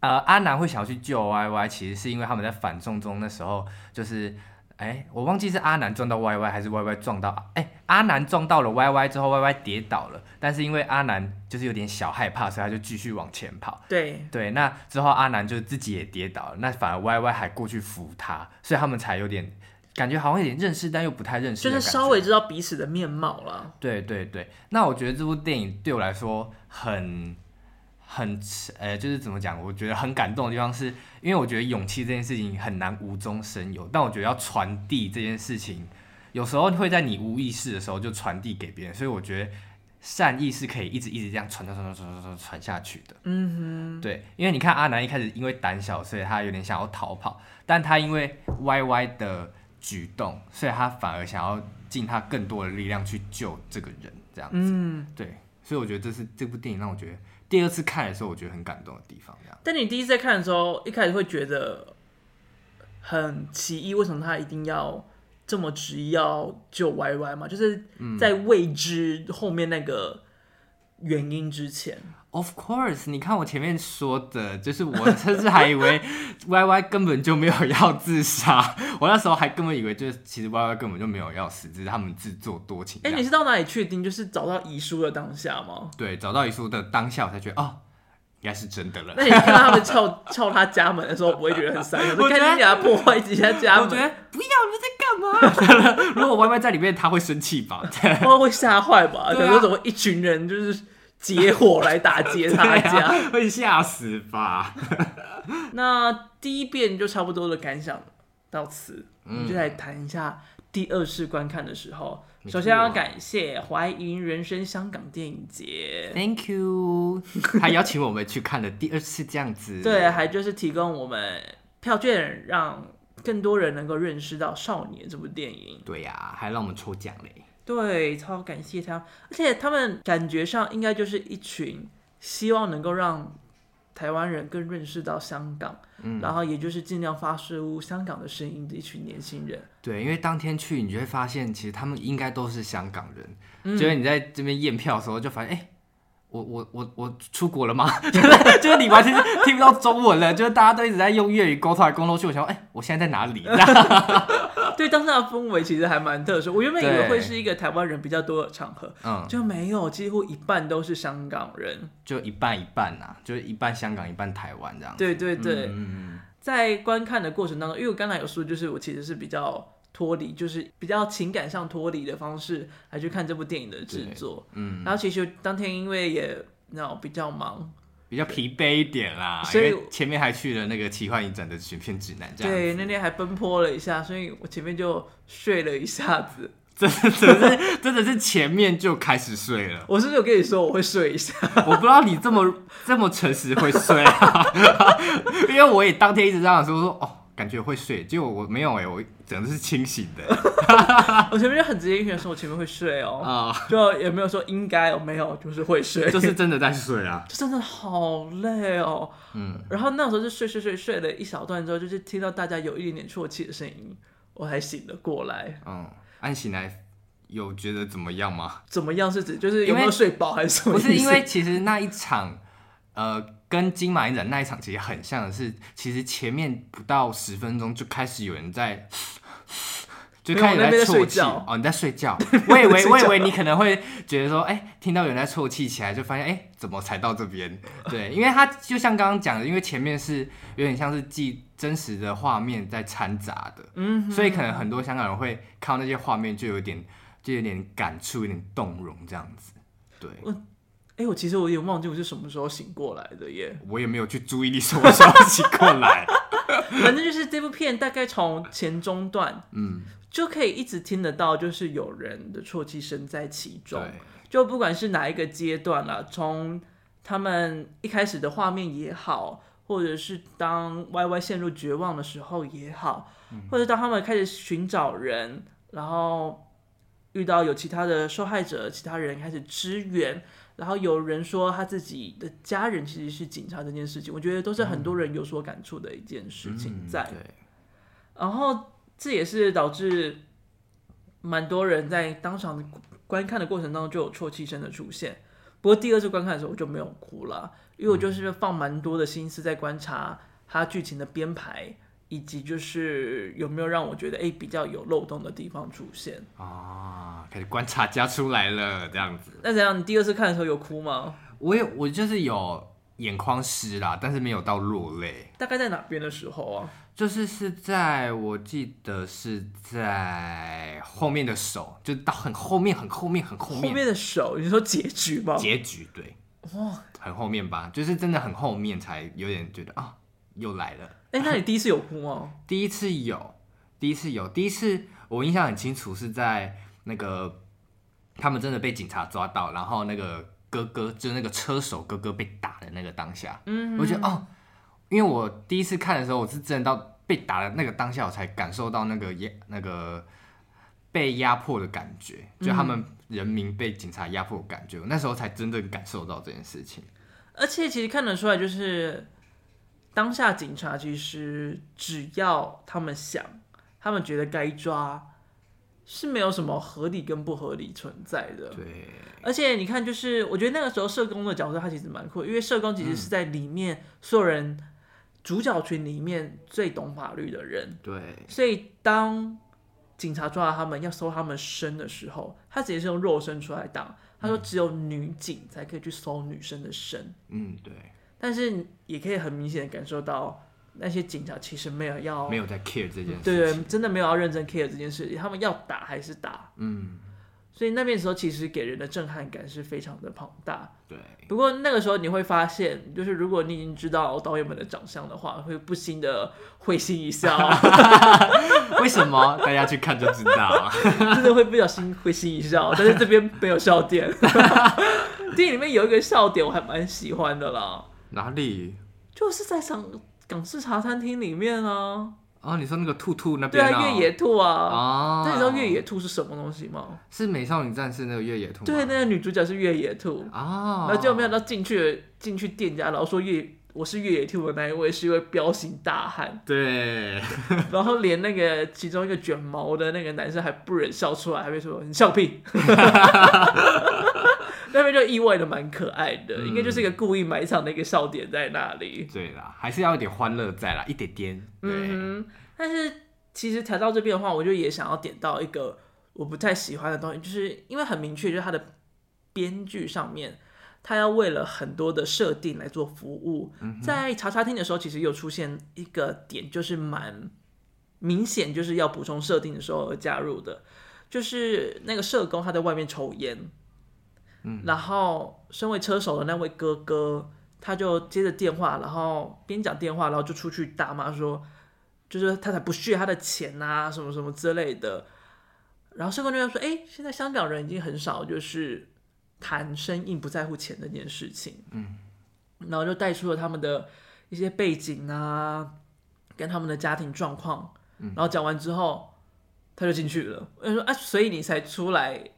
Speaker 2: 呃阿南会想要去救 Y Y，其实是因为他们在反送中那时候就是。哎，我忘记是阿南撞到 Y Y 还是 Y Y 撞到哎，阿南撞到了 Y Y 之后，Y Y 跌倒了，但是因为阿南就是有点小害怕，所以他就继续往前跑。
Speaker 1: 对，
Speaker 2: 对，那之后阿南就自己也跌倒了，那反而 Y Y 还过去扶他，所以他们才有点感觉好像有点认识，但又不太认识
Speaker 1: 就
Speaker 2: 的
Speaker 1: 是
Speaker 2: 感觉，
Speaker 1: 稍微知道彼此的面貌了。
Speaker 2: 对对对，那我觉得这部电影对我来说很很呃，就是怎么讲？我觉得很感动的地方是，因为我觉得勇气这件事情很难无中生有，但我觉得要传递这件事情，有时候会在你无意识的时候就传递给别人，所以我觉得善意是可以一直一直这样传传传传传传传传下去的。嗯哼，对，因为你看阿南一开始因为胆小，所以他有点想要逃跑，但他因为 Y Y 的举动，所以他反而想要尽他更多的力量去救这个人，这样子。
Speaker 1: 嗯，
Speaker 2: 对，所以我觉得这是这部电影让我觉得第二次看的时候，我觉得很感动的地方。这样，
Speaker 1: 但你第一次在看的时候，一开始会觉得很奇异，为什么他一定要这么执意要救 YY 嘛？就是
Speaker 2: 嗯
Speaker 1: 在未知后面那个原因之前，
Speaker 2: Of course，你看我前面说的，就是 我甚至还以为 Y Y 根本就没有要自杀，我那时候还根本以为就是其实 Y Y 根本就没有要死，只是他们自作多情这
Speaker 1: 哎、
Speaker 2: 样。
Speaker 1: 你是到哪里确定？就是找到遗书的当下吗？
Speaker 2: 对，找到遗书的当下，我才觉得哦，应该是真 的了
Speaker 1: 那。你看到他们撬撬他家门的时候，不会觉得很伤心？
Speaker 2: 我
Speaker 1: 我
Speaker 2: 觉得
Speaker 1: 看你俩破坏一下家
Speaker 2: 我觉
Speaker 1: 门，
Speaker 2: 得不要，你们在干嘛？ 如果 Y Y 在里面，他会生气 吧？
Speaker 1: 不然会吓坏吧？
Speaker 2: 对啊
Speaker 1: 可能怎么一群人就是结伙来打劫他
Speaker 2: 对
Speaker 1: 家？
Speaker 2: 啊，会吓死吧？
Speaker 1: 那第一遍就差不多的感想到此，
Speaker 2: 嗯
Speaker 1: 我们就来谈一下第二次观看的时候。
Speaker 2: 没
Speaker 1: 首先
Speaker 2: 错
Speaker 1: 要感谢怀银人生香港电影节。
Speaker 2: Thank you，他啊邀请我们去看了第二次这样子。
Speaker 1: 对，还就是提供我们票券，让更多人能够认识到《少年》这部电影。
Speaker 2: 对呀、还让我们抽奖嘞。
Speaker 1: 对，超感谢他，而且他们感觉上应该就是一群希望能够让台湾人更认识到香港，
Speaker 2: 嗯
Speaker 1: 然后也就是尽量发出香港的声音的一群年轻人。
Speaker 2: 对，因为当天去，你就会发现，其实他们应该都是香港人。就是你在这边验票的时候，就发现，哎、我我我我出国了吗？ 就是就是你完全听不到中文了，就是大家都一直在用粤语沟通来沟通去。我想说，哎、我现在在哪里？这样
Speaker 1: 对，当下的氛围其实还蛮特殊。我原本以
Speaker 2: 对
Speaker 1: 为会是一个台湾人比较多的场合，
Speaker 2: 嗯，
Speaker 1: 就没有，几乎一半都是香港人。
Speaker 2: 就一半一半呐、就是一半香港，一半台湾这样。
Speaker 1: 对对对，
Speaker 2: 嗯，嗯
Speaker 1: 在观看的过程当中，因为我刚才有说，就是我其实是比较脱离，就是比较情感上脱离的方式来去看这部电影的制作。
Speaker 2: 嗯，
Speaker 1: 然后其实当天因为也那种比较忙，
Speaker 2: 比较疲惫一点啦，
Speaker 1: 所以
Speaker 2: 因为前面还去了那个奇幻影展的选片指南，这样子
Speaker 1: 对，那天还奔波了一下，所以我前面就睡了一下子。
Speaker 2: 真的真的是真的是前面就开始睡了，
Speaker 1: 我是不是有跟你说我会睡一下？
Speaker 2: 我不知道你这么这么诚实会睡啊， 因为我也当天一直这样说说哦，感觉会睡，结果我没有哎、我整个是清醒的
Speaker 1: 我前面就很直接跟你说，我前面会睡 哦，
Speaker 2: 啊、
Speaker 1: 就也没有说应该，哦我没有，就是会睡，
Speaker 2: 就是真的在睡啊，
Speaker 1: 就真的好累哦。
Speaker 2: 嗯，
Speaker 1: 然后那时候就睡睡睡睡了一小段之后，就是听到大家有一点点啜泣的声音，我才醒了过来。
Speaker 2: 嗯，安醒来有觉得怎么样吗？
Speaker 1: 怎么样是指就是有没
Speaker 2: 因为
Speaker 1: 有睡饱还是什么
Speaker 2: 不
Speaker 1: 意思？
Speaker 2: 是因为其实那一场，呃，跟金马影展那一场其实很 像的是，其实前面不到十分钟就开始有人在。就
Speaker 1: 没有
Speaker 2: 看有
Speaker 1: 我那边在
Speaker 2: 啜
Speaker 1: 睡
Speaker 2: 泣
Speaker 1: 觉
Speaker 2: 哦，你在睡 觉，我以为
Speaker 1: 睡
Speaker 2: 我以
Speaker 1: 觉
Speaker 2: 为你可能会觉得说，哎、听到有人在啜泣起来，就发现哎、怎么才到这边？对，因为它就像刚刚讲的，因为前面是有点像是记真实的画面在掺杂的，
Speaker 1: 嗯，
Speaker 2: 所以可能很多香港人会看到那些画面就有点就有点感触，有点动容这样子。对，
Speaker 1: 哎、我其实我有点忘记我是什么时候醒过来的耶。
Speaker 2: 我也没有去注意你什么时候醒过 来。
Speaker 1: 反正就是这部片大概从前中段
Speaker 2: 嗯，
Speaker 1: 就可以一直听得到，就是有人的啜泣声在其中。
Speaker 2: 对，
Speaker 1: 就不管是哪一个阶段啦，从他们一开始的画面也好，或者是当 YY 陷入绝望的时候也好，
Speaker 2: 嗯
Speaker 1: 或者当他们开始寻找人，然后遇到有其他的受害者，其他人开始支援。然后有人说他自己的家人其实是警察这件事情，我觉得都是很多人有所感触的一件事情在。
Speaker 2: 嗯对
Speaker 1: 然后这也是导致蛮多人在当场的观看的过程当中就有啜泣声的出现。不过第二次观看的时候我就没有哭了，因为我
Speaker 2: 嗯
Speaker 1: 就是放蛮多的心思在观察它剧情的编排，以及就是有没有让我觉得诶比较有漏洞的地方出现。
Speaker 2: 啊，开始观察家出来了这样子。
Speaker 1: 那怎样？你第二次看的时候有哭吗？
Speaker 2: 我也我就是有眼眶湿啦，但是没有到落泪，
Speaker 1: 大概在哪边的时候啊？
Speaker 2: 就是是在我记得是在后面的手，就到很后面很后面很后
Speaker 1: 后
Speaker 2: 面
Speaker 1: 面的手，你说结局吗？
Speaker 2: 结局，对，
Speaker 1: 哇，
Speaker 2: 很后面吧，就是真的很后面才有点觉得啊，又来了。
Speaker 1: 哎、那你第一次有哭吗？
Speaker 2: 第一次有，第一次有，第一次我印象很清楚是在那个他们真的被警察抓到，然后那个哥哥就是那个车手哥哥被打的那个当下，
Speaker 1: 嗯，
Speaker 2: 我觉得哦，因为我第一次看的时候，我是真的到被打的那个当下，我才感受到那个压那个被压迫的感觉，就他们人民被警察压迫的感觉，我那时候才真正感受到这件事情。
Speaker 1: 而且其实看得出来，就是当下警察其实只要他们想，他们觉得该抓，是没有什么合理跟不合理存在的。
Speaker 2: 对，
Speaker 1: 而且你看，就是我觉得那个时候社工的角色他其实蛮酷的，因为嗯社工其实是在里面、所有人主角群里面最懂法律的人，
Speaker 2: 对，
Speaker 1: 所以当警察抓到他们要搜他们身的时候，他直接是用肉身出来挡。他说只有女警才可以去搜女生的身。
Speaker 2: 嗯，对，
Speaker 1: 但是也可以很明显的感受到，那些警察其实没有要，
Speaker 2: 没有在 care 这件事情。
Speaker 1: 对对，真的没有要认真 care 这件事情，他们要打还是打，
Speaker 2: 嗯，
Speaker 1: 所以那边的时候其实给人的震撼感是非常的庞大。
Speaker 2: 对，
Speaker 1: 不过那个时候你会发现，就是如果你已经知道导演们的长相的话，会不禁的会心一笑，
Speaker 2: 为什么大家去看就知道？
Speaker 1: 真的会不小心会心一笑，但是这边没有笑点。 电影里面有一个笑点我还蛮喜欢的啦，
Speaker 2: 哪里？
Speaker 1: 就是在港港式茶餐厅里面啊，
Speaker 2: 哦，你说那个兔兔那
Speaker 1: 对
Speaker 2: 边、哦？
Speaker 1: 啊，越野兔啊，
Speaker 2: 哦，
Speaker 1: 那你知道越野兔是什么东西吗？
Speaker 2: 是美少女战士那个越野兔吗？
Speaker 1: 对，那个女主角是越野兔，
Speaker 2: 哦，，
Speaker 1: 然后结果没想到进去了进去店家，然后说越我是越野兔的那一位是一位彪形大汉
Speaker 2: 对，
Speaker 1: 然后连那个其中一个卷毛的那个男生还不忍笑出来，还被说你笑屁。 那边就意外的蛮可爱的，
Speaker 2: 嗯
Speaker 1: 应该就是一个故意埋藏的一个笑点在那里。
Speaker 2: 对啦，还是要有点欢乐在啦，一点点。对，
Speaker 1: 嗯哼，但是其实谈到这边的话，我就也想要点到一个我不太喜欢的东西，就是因为很明确，就是它的编剧上面，他要为了很多的设定来做服务。在茶餐厅的时候，其实有出现一个点，就是蛮明显，就是要补充设定的时候而加入的，就是那个社工他在外面抽烟。嗯，然后身为车手的那位哥哥，他就接着电话，然后边讲电话，然后就出去大骂说，就是他才不屑他的钱啊，什么什么之类的。然后社工就说：“哎，现在香港人已经很少就是谈生硬、不在乎钱这件事情。”嗯，然后就带出了他们的一些背景啊，跟他们的家庭状况。然后讲完之后，他就进去了。我就说：“啊，所以你才出来，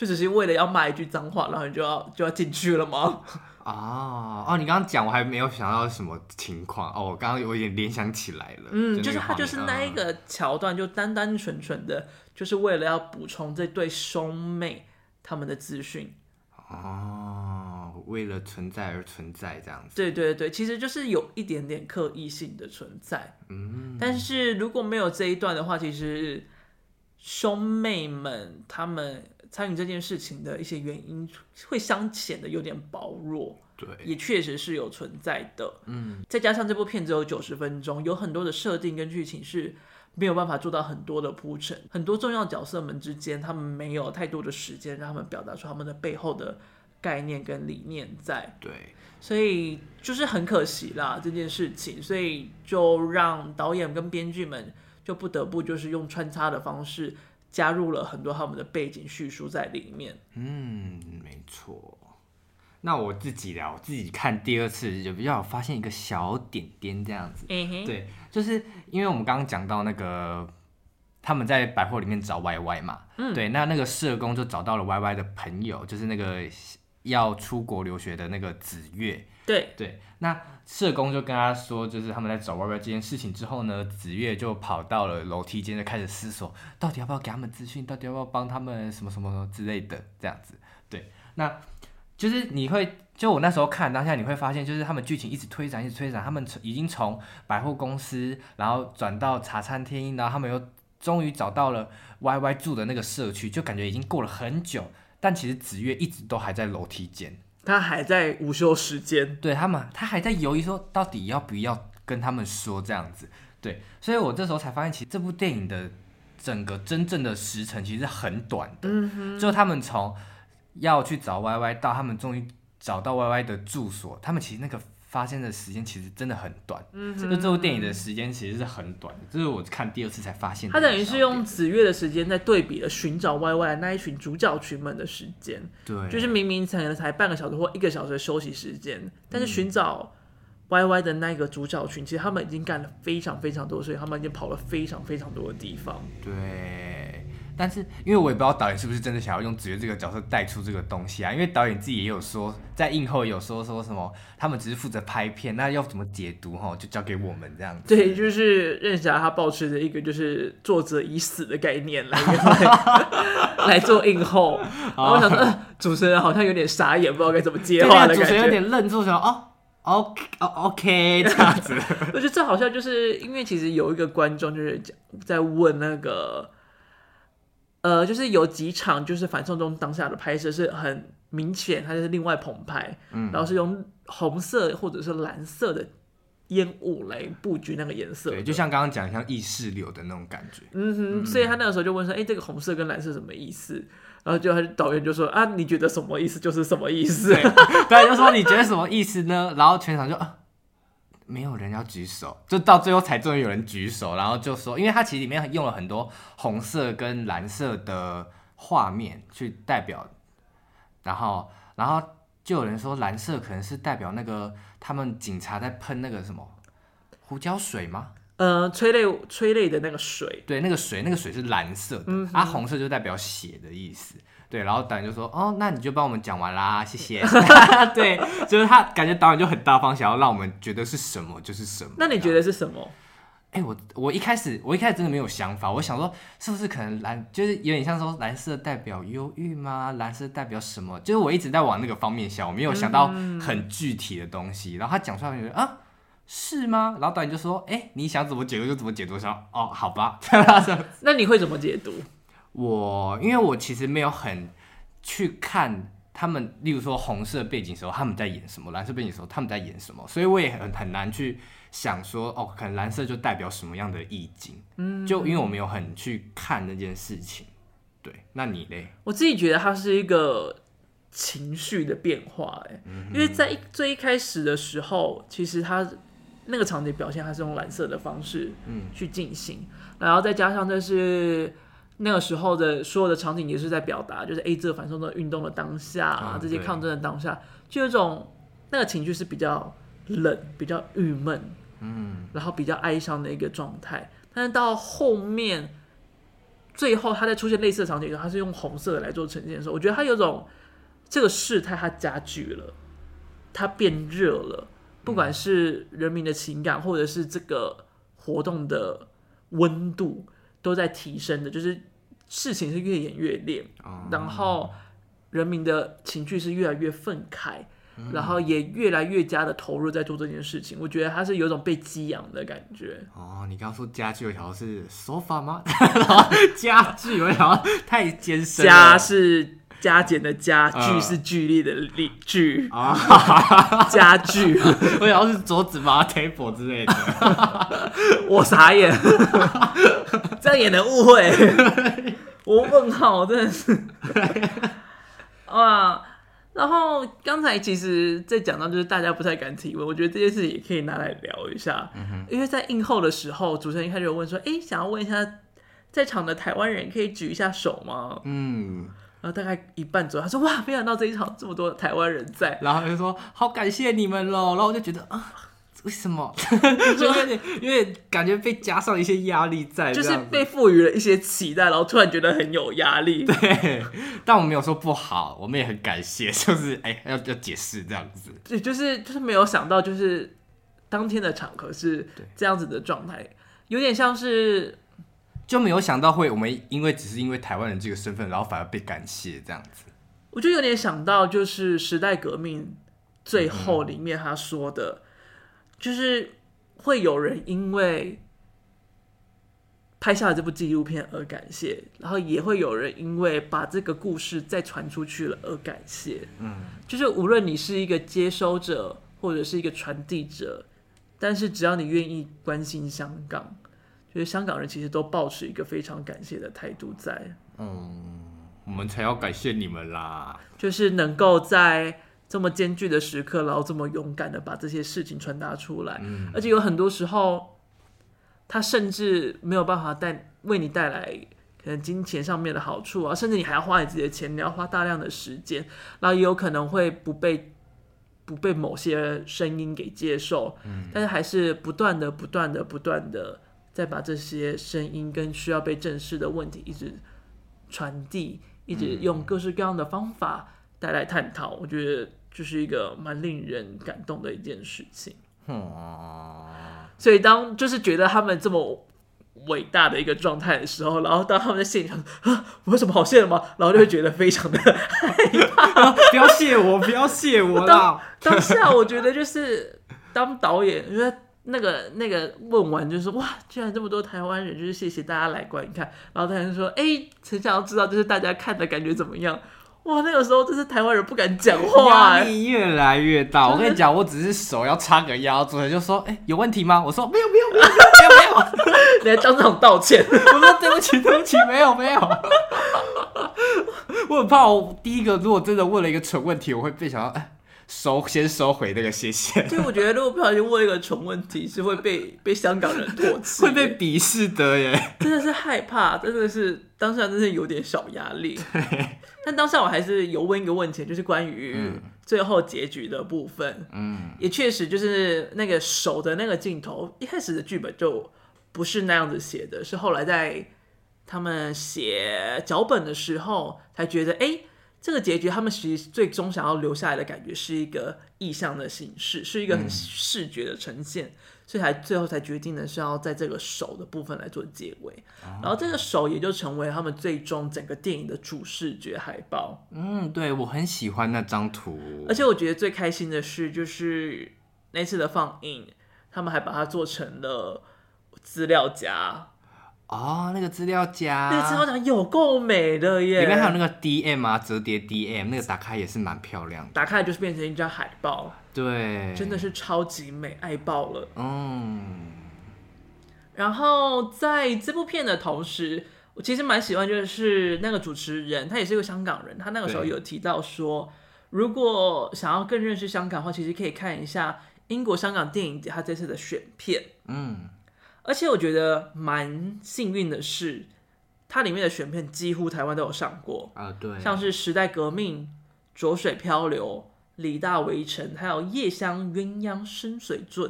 Speaker 1: 就只是为了要骂一句脏话，然后你就要就要进去了吗？”
Speaker 2: 哦哦，你刚刚讲我还没有想到什么情况哦，我刚刚有点联想起来了。
Speaker 1: 嗯，
Speaker 2: 那
Speaker 1: 就是
Speaker 2: 个
Speaker 1: 他
Speaker 2: 画
Speaker 1: 就
Speaker 2: 面
Speaker 1: 是那一，
Speaker 2: 嗯
Speaker 1: 个桥段，就单单纯纯的，就是为了要补充这对兄妹他们的资讯。
Speaker 2: 嗯哦，为了存在而存在这样子。
Speaker 1: 对对对，其实就是有一点点刻意性的存在。
Speaker 2: 嗯，
Speaker 1: 但是如果没有这一段的话，其实兄妹们他们参与这件事情的一些原因，会相显得有点薄弱，
Speaker 2: 对，
Speaker 1: 也确实是有存在的。
Speaker 2: 嗯，
Speaker 1: 再加上这部片只有九十分钟，有很多的设定跟剧情是没有办法做到很多的铺陈，很多重要角色们之间，他们没有太多的时间让他们表达出他们的背后的概念跟理念在，
Speaker 2: 对，
Speaker 1: 所以就是很可惜啦这件事情，所以就让导演跟编剧们就不得不就是用穿插的方式加入了很多他们的背景叙述在里面。
Speaker 2: 嗯，没错。那我自己聊，我自己看第二次就比较有发现一个小点点这样子。
Speaker 1: 嗯哼，
Speaker 2: 对，就是因为我们刚刚讲到那个他们在百货里面找 YY 嘛，对，那那个社工就找到了 YY 的朋友，就是那个要出国留学的那个子月，
Speaker 1: 对
Speaker 2: 对，那社工就跟他说，就是他们在找 YY 这件事情之后呢，子月就跑到了楼梯间，就开始思索，到底要不要给他们资讯，到底要不要帮他们什么什么什么之类的，这样子。对，那就是你会，就我那时候看当下，你会发现，就是他们剧情一直推展，一直推展，他们从已经从百货公司，然后转到茶餐厅，然后他们又终于找到了 YY 住的那个社区，就感觉已经过了很久，但其实子月一直都还在楼梯间。
Speaker 1: 他还在午休时间。
Speaker 2: 对他们，他还在犹豫说到底要不要跟他们说这样子。对，所以我这时候才发现，其实这部电影的整个真正的时程其实很短的，
Speaker 1: 嗯
Speaker 2: 就他们从要去找 Y Y 到他们终于找到 Y Y 的住所，他们其实那个发现的时间其实真的很短。嗯，就这部电影的时间其实是很短的，这是我看第二次才发现的
Speaker 1: 他
Speaker 2: 一个小
Speaker 1: 等
Speaker 2: 点。
Speaker 1: 于是用子月的时间在对比了寻找 YY 的那一群主角群们的时间，
Speaker 2: 对，
Speaker 1: 就是明明才才半个小时或一个小时的休息时间，但是
Speaker 2: 嗯
Speaker 1: 寻找 YY 的那个主角群，其实他们已经干了非常非常多的事情，他们已经跑了非常非常多的地方。
Speaker 2: 对，但是因为我也不知道导演是不是真的想要用子越这个角色带出这个东西啊，因为导演自己也有说，在映后也有说说什么，他们只是负责拍片，那要怎么解读哈，就交给我们这样子。
Speaker 1: 对，就是任侠他保持着一个就是作者已死的概念 来来来做映后，然后我想说、呃主持人好像有点傻眼，不知道该怎么接
Speaker 2: 对，
Speaker 1: 话
Speaker 2: 那
Speaker 1: 的
Speaker 2: 个主
Speaker 1: 感
Speaker 2: 持人
Speaker 1: 觉
Speaker 2: 有。点愣住，想哦。OK，哦，OK，这 样子，
Speaker 1: 我觉得这好像就是因为其实有一个观众就是讲在问那个，呃，就是有几场就是反送中当下的拍摄是很明显，它就是另外棚拍，嗯、然后是用红色或者是蓝色的烟雾来布局那个颜色的，
Speaker 2: 对，就像刚刚讲，像意识流的那种感觉，
Speaker 1: 嗯哼，所以他那个时候就问说：“哎、这个红色跟蓝色什么意思？”然后就他导演就说：“啊，你觉得什么意思就是什么意思。
Speaker 2: 对， 对，就说你觉得什么意思呢？然后全场就、啊、没有人要举手，就到最后才终于有人举手，然后就说，因为它其实里面用了很多红色跟蓝色的画面去代表，然后然后就有人说蓝色可能是代表那个他们警察在喷那个什么胡椒水吗？
Speaker 1: 呃，催泪催泪的那个水，
Speaker 2: 对，那个水，那个水是蓝色的，啊，红色就代表血的意思。对，然后导演就说：“哦，那你就帮我们讲完啦，谢谢。” 对， 就是他感觉导演就很大方，想要让我们觉得是什么就是什么。
Speaker 1: 那你觉
Speaker 2: 得？
Speaker 1: 得是什么？
Speaker 2: 哎、我我一开始我一开始真的没有想法，我想说是不是可能蓝就是有点像说蓝色代表忧郁吗？蓝色代表什么？就是我一直在往那个方面想，我没有想到很具体的东西。然后他讲出来，我就觉得啊。是吗？然后导演就说：“哎、你想怎么解读就怎么解读。”我想哦，好吧，
Speaker 1: 那你会怎么解读？
Speaker 2: 我因为我其实没有很去看他们，例如说红色背景的时候他们在演什么，蓝色背景的时候他们在演什么，所以我也很很难去想说哦，可能蓝色就代表什么样的意境。嗯，就因为我没有很去看那件事情。对，那你嘞？
Speaker 1: 我自己觉得它是一个情绪的变化、欸，因为在一最一开始的时候，其实它那个场景表现它是用蓝色的方式，嗯，去进行，然后再加上就是那个时候的所有的场景也是在表达，就是 A 这个反送中运动的当下、
Speaker 2: 啊
Speaker 1: 这些
Speaker 2: 对
Speaker 1: 抗争的当下，就有一种那个情绪是比较冷、比较郁闷，嗯，然后比较哀伤的一个状态，但是到后面。最后他在出现类似的场景的时候，他是用红色的来做呈现的时候，我觉得他有种这个事态它加剧了，它变热了，不管是人民的情感，或者是这个活动的温度，都在提升的，就是事情
Speaker 2: 哦
Speaker 1: 是越演越烈，然后人民的情绪是越来越愤慨，
Speaker 2: 嗯
Speaker 1: 然后也越来越加的投入在做这件事情。我觉得他是有一种被激扬的感觉。
Speaker 2: 哦，你刚刚说家具，我想到是 sofa 吗？ 然后家具，我想到太艰深了。
Speaker 1: 加是加减的加，
Speaker 2: 嗯
Speaker 1: 剧是剧力的力剧，
Speaker 2: 啊，
Speaker 1: 加剧。
Speaker 2: 我想到是桌子吗？table 之类的。
Speaker 1: 我傻 眼，这样也能误会？ 我问号，真的是哇！然后刚才其实，在讲到就是大家不太敢提问，我觉得这件事也可以拿来聊一下，
Speaker 2: 嗯
Speaker 1: 因为在映后的时候，主持人一开始有问说：“哎，想要问一下，在场的台湾人可以举一下手吗
Speaker 2: 嗯，？”
Speaker 1: 然后大概一半左右，他说：“哇，没想到这一场这么多台湾人在。”
Speaker 2: 然后他就说好感谢你们喽，然后我就觉得啊。为什么？就有点， 因为感觉被加上一些压力在，
Speaker 1: 就是
Speaker 2: 这样子
Speaker 1: 被赋予了一些期待，然后突然觉得很有压力。
Speaker 2: 对，但我没有说不好，我们也很感谢， 就是哎、要要解释这样子。
Speaker 1: 对，就是就是没有想到，就是当天的场合是这样子的状态，有点像是
Speaker 2: 就没有想到会我们因为只是因为台湾人这个身份，然后反而被感谢这样子。
Speaker 1: 我就有点想到，就是时代革命最后里面他说的，就是会有人因为拍下了这部纪录片而感谢，然后也会有人因为把这个故事再传出去了而感谢。嗯，就是无论你是一个接收者或者是一个传递者，但是只要你愿意关心香港，就是香港人其实都保持一个非常感谢的态度在。
Speaker 2: 我们才要感谢你们啦！
Speaker 1: 就是能够在这么艰巨的时刻，然后这么勇敢的把这些事情传达出来，而且有很多时候，他甚至没有办法带为你带来可能金钱上面的好处啊，甚至你还要花你自己的钱，你要花大量的时间，然后也有可能会不被不被某些声音给接受，但是还是不断的、不断的、不断的在把这些声音跟需要被正视的问题一直传递，一直用各式各样的方法带来探讨，我觉得就是一个蛮令人感动的一件事情。所以当就是觉得他们这么伟大的一个状态的时候，然后当他们在现场啊，我有什么好谢的吗？然后就会觉得非常的
Speaker 2: 不要谢我，不要谢 我啦！
Speaker 1: 当下，我觉得就是 当导演，因为那个那个问完就是哇，居然这么多台湾人，就是谢谢大家来观看。然后他就说，哎、很想要知道就是大家看的感觉怎么样。哇，那个时候真是台湾人不敢讲话、
Speaker 2: 压
Speaker 1: 哎
Speaker 2: 力越来越大，
Speaker 1: 就是
Speaker 2: 我跟你讲，我只是手要叉个腰，主持人就说：“哎、有问题吗？”我说：“没有，没有，没有，没有，没有。
Speaker 1: 你还当场道歉。”
Speaker 2: 我说：“对不起， 对不起，没有，没有。”我很怕，我第一个如果真的问了一个蠢问题，我会被想到，哎、收先收回那个谢 谢，
Speaker 1: 就我觉得，如果不小心问一个蠢问题，是会被被香港人唾弃，
Speaker 2: 会被鄙视的耶。
Speaker 1: 真的是害怕，真的是当下真是有点小压力。但当下我还是有问一个问题，就是关于最后结局的部分。
Speaker 2: 嗯，
Speaker 1: 也确实就是那个手的那个镜头，一开始的剧本就不是那样子写的，是后来在他们写脚本的时候才觉得，哎、这个结局他们其实最终想要留下来的感觉是一个意象的形式，是一个很视觉的呈现，所以才最后才决定的是要在这个手的部分来做结尾，
Speaker 2: 哦
Speaker 1: 然后这个手也就成为他们最终整个电影的主视觉海报。
Speaker 2: 嗯，对我很喜欢那张图
Speaker 1: 而，且我觉得最开心的是，就是那次的放映，他们还把它做成了资料夹，
Speaker 2: 啊哦，那个资料夹，
Speaker 1: 那个资料夹有够美的耶！
Speaker 2: 里面还有那个 DM 啊，折叠 DM，那个打开也是蛮漂亮的。
Speaker 1: 打开来就是变成一张海报，
Speaker 2: 对，
Speaker 1: 真的，是超级美，爱爆了。
Speaker 2: 嗯，
Speaker 1: 然后在这部片的同时，我其实蛮喜欢，就是那个主持人，他也是一个香港人，他那个时候
Speaker 2: 对
Speaker 1: 有提到说，如果想要更认识香港的话，其实可以看一下英国香港电影节他这次的选片。
Speaker 2: 嗯，
Speaker 1: 而且我觉得蛮幸运的是，它里面的选片几乎台湾都有上过，
Speaker 2: 啊，对，
Speaker 1: 像是《时代革命》《浊水漂流》《李大围城》，还有《夜香鸳鸯深水圳》。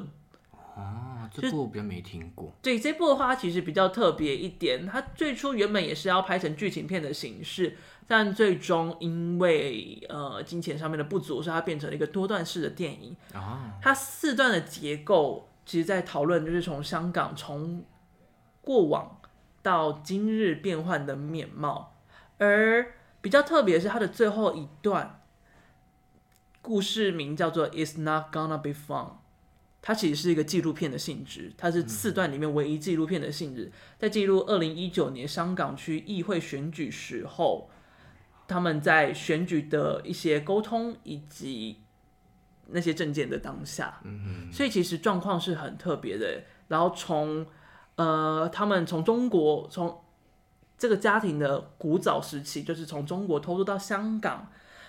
Speaker 2: 哦，这部我比较没听过，
Speaker 1: 对这部的话，它其实比较特别一点。它最初原本也是要拍成剧情片的形式，但最终因为呃金钱上面的不足，所以它变成了一个多段式的电影。
Speaker 2: 哦，
Speaker 1: 它四段的结构，其实在讨论就是从香港从过往到今日变换的面貌，而比较特别的是它的最后一段故事名叫做《It's Not Gonna Be Fun》，它其实是一个纪录片的性质，它是四段里面唯一纪录片的性质，在记录二零一九年香港区议会选举时候，他们在选举的一些沟通以及那些证件的当下，所以其实状况是很特别的。然后从呃，他们从中国从这个家庭的古早时期，就是从中国偷渡到香港，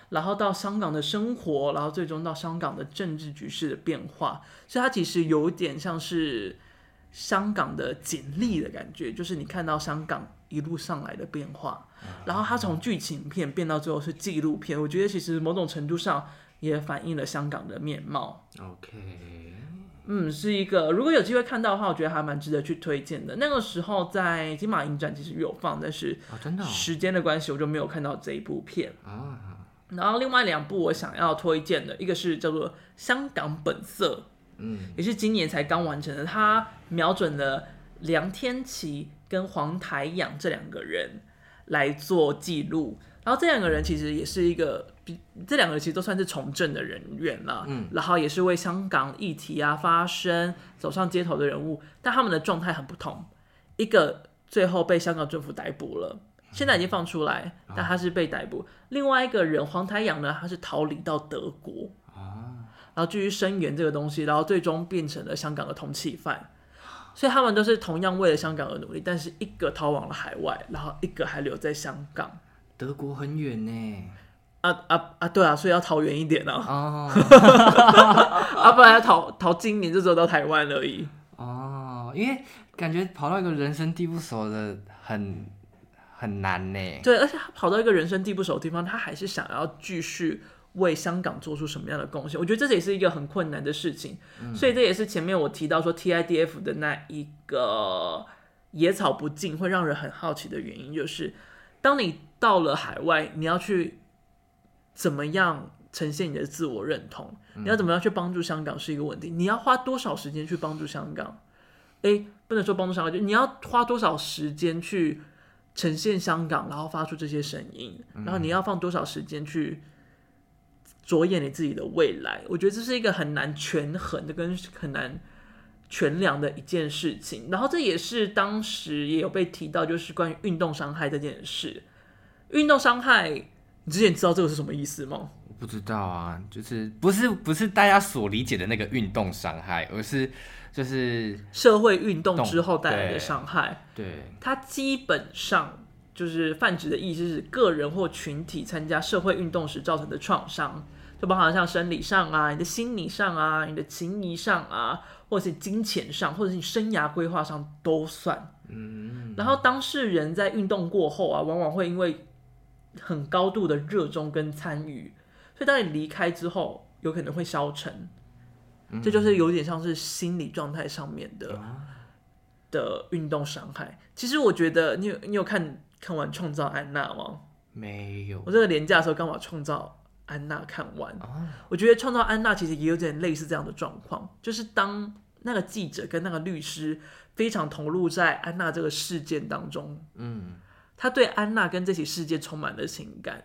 Speaker 1: 然后到香港的生活，然后最终到香港的政治局势的变化，所以它其实有点像是香港的简历的感觉，就是你看到香港一路上来的变化，然后它从剧情片变到最后是纪录片，我觉得其实某种程度上也反映了香港的面貌。
Speaker 2: OK，
Speaker 1: 嗯，是一个如果有机会看到的话，我觉得还蛮值得去推荐的。那个时候在金马影展其实有放，但是
Speaker 2: 哦，真的哦
Speaker 1: 时间的关系，我就没有看到这一部片。
Speaker 2: 啊，
Speaker 1: 然后另外两部我想要推荐的，一个是叫做《香港本色》，
Speaker 2: 嗯，
Speaker 1: 也是今年才刚完成的。它瞄准了梁天琪跟黄台仰这两个人来做记录。然后这两个人其实也是一个，比这两个人其实都算是从政的人员了，嗯，然后也是为香港议题啊发声、走上街头的人物，但他们的状态很不同。一个最后被香港政府逮捕了，现在已经放出来，但他是被逮捕；另外一个人黄台仰呢，他是逃离到德国，然后继续声援这个东西，然后最终变成了香港的通缉犯。所以他们都是同样为了香港而努力，但是一个逃往了海外，然后一个还留在香港。
Speaker 2: 德国很远呢。
Speaker 1: 啊啊啊！对啊，所以要逃远一点 啊，
Speaker 2: 哦
Speaker 1: 啊，不然要逃逃今年就只有到台湾而已。
Speaker 2: 哦，因为感觉跑到一个人生地不熟的很很难呢。
Speaker 1: 对，而且他跑到一个人生地不熟的地方，他还是想要继续为香港做出什么样的贡献。我觉得这也是一个很困难的事情，所以这也是前面我提到说 TIDF 的那一个野草不尽会让人很好奇的原因，就是当你到了海外，你要去怎么样呈现你的自我认同，你要怎么样去帮助香港是一个问题，你要花多少时间去帮助香港？诶，不能说帮助香港，就你要花多少时间去呈现香港，然后发出这些声音，然后你要放多少时间去着眼你自己的未来？我觉得这是一个很难权衡的，跟很难权量的一件事情。然后这也是当时也有被提到，就是关于运动伤害这件事。运动伤害，你之前知道这个是什么意思吗？
Speaker 2: 我不知道啊，就是不是不是大家所理解的那个运动伤害，而是就是
Speaker 1: 社会运动
Speaker 2: 动
Speaker 1: 之后带来的
Speaker 2: 对
Speaker 1: 伤害。
Speaker 2: 对
Speaker 1: 它基本上就是泛指的意思是个人或群体参加社会运动时造成的创伤，就包含像生理上啊、你的心理上啊、你的情谊上啊，或者是金钱上，或者是你生涯规划上都算。嗯，然后当事人在运动过后啊，往往会因为很高度的热衷跟参与，所以当你离开之后，有可能会消沉。这就是有点像是心理状态上面的的运动伤害。其实我觉得你有你有看看完《创造安娜》吗？
Speaker 2: 没有
Speaker 1: 我这个廉假的时候刚把《创造安娜》看完，我觉得《创造安娜》其实也有点类似这样的状况，就是当那个记者跟那个律师非常投入在安娜这个事件当中，嗯，他对安娜跟这起事件充满了情感，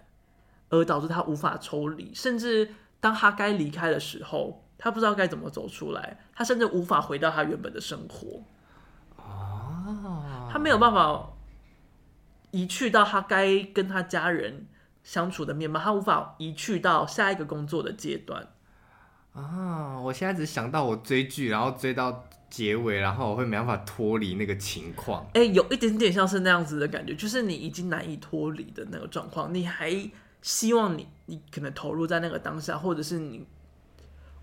Speaker 1: 而导致他无法抽离，甚至当他该离开的时候。他不知道该怎么走出来，他甚至无法回到他原本的生活。
Speaker 2: 哦，
Speaker 1: 他没有办法移去到他该跟他家人相处的面貌，他无法移去到下一个工作的阶段。
Speaker 2: 啊！我现在只想到我追剧，然后追到结尾，然后我会没办法脱离那个情况。
Speaker 1: 哎、有一点点像是那样子的感觉，就是你已经难以脱离的那个状况，你还希望你你可能投入在那个当下，或者是你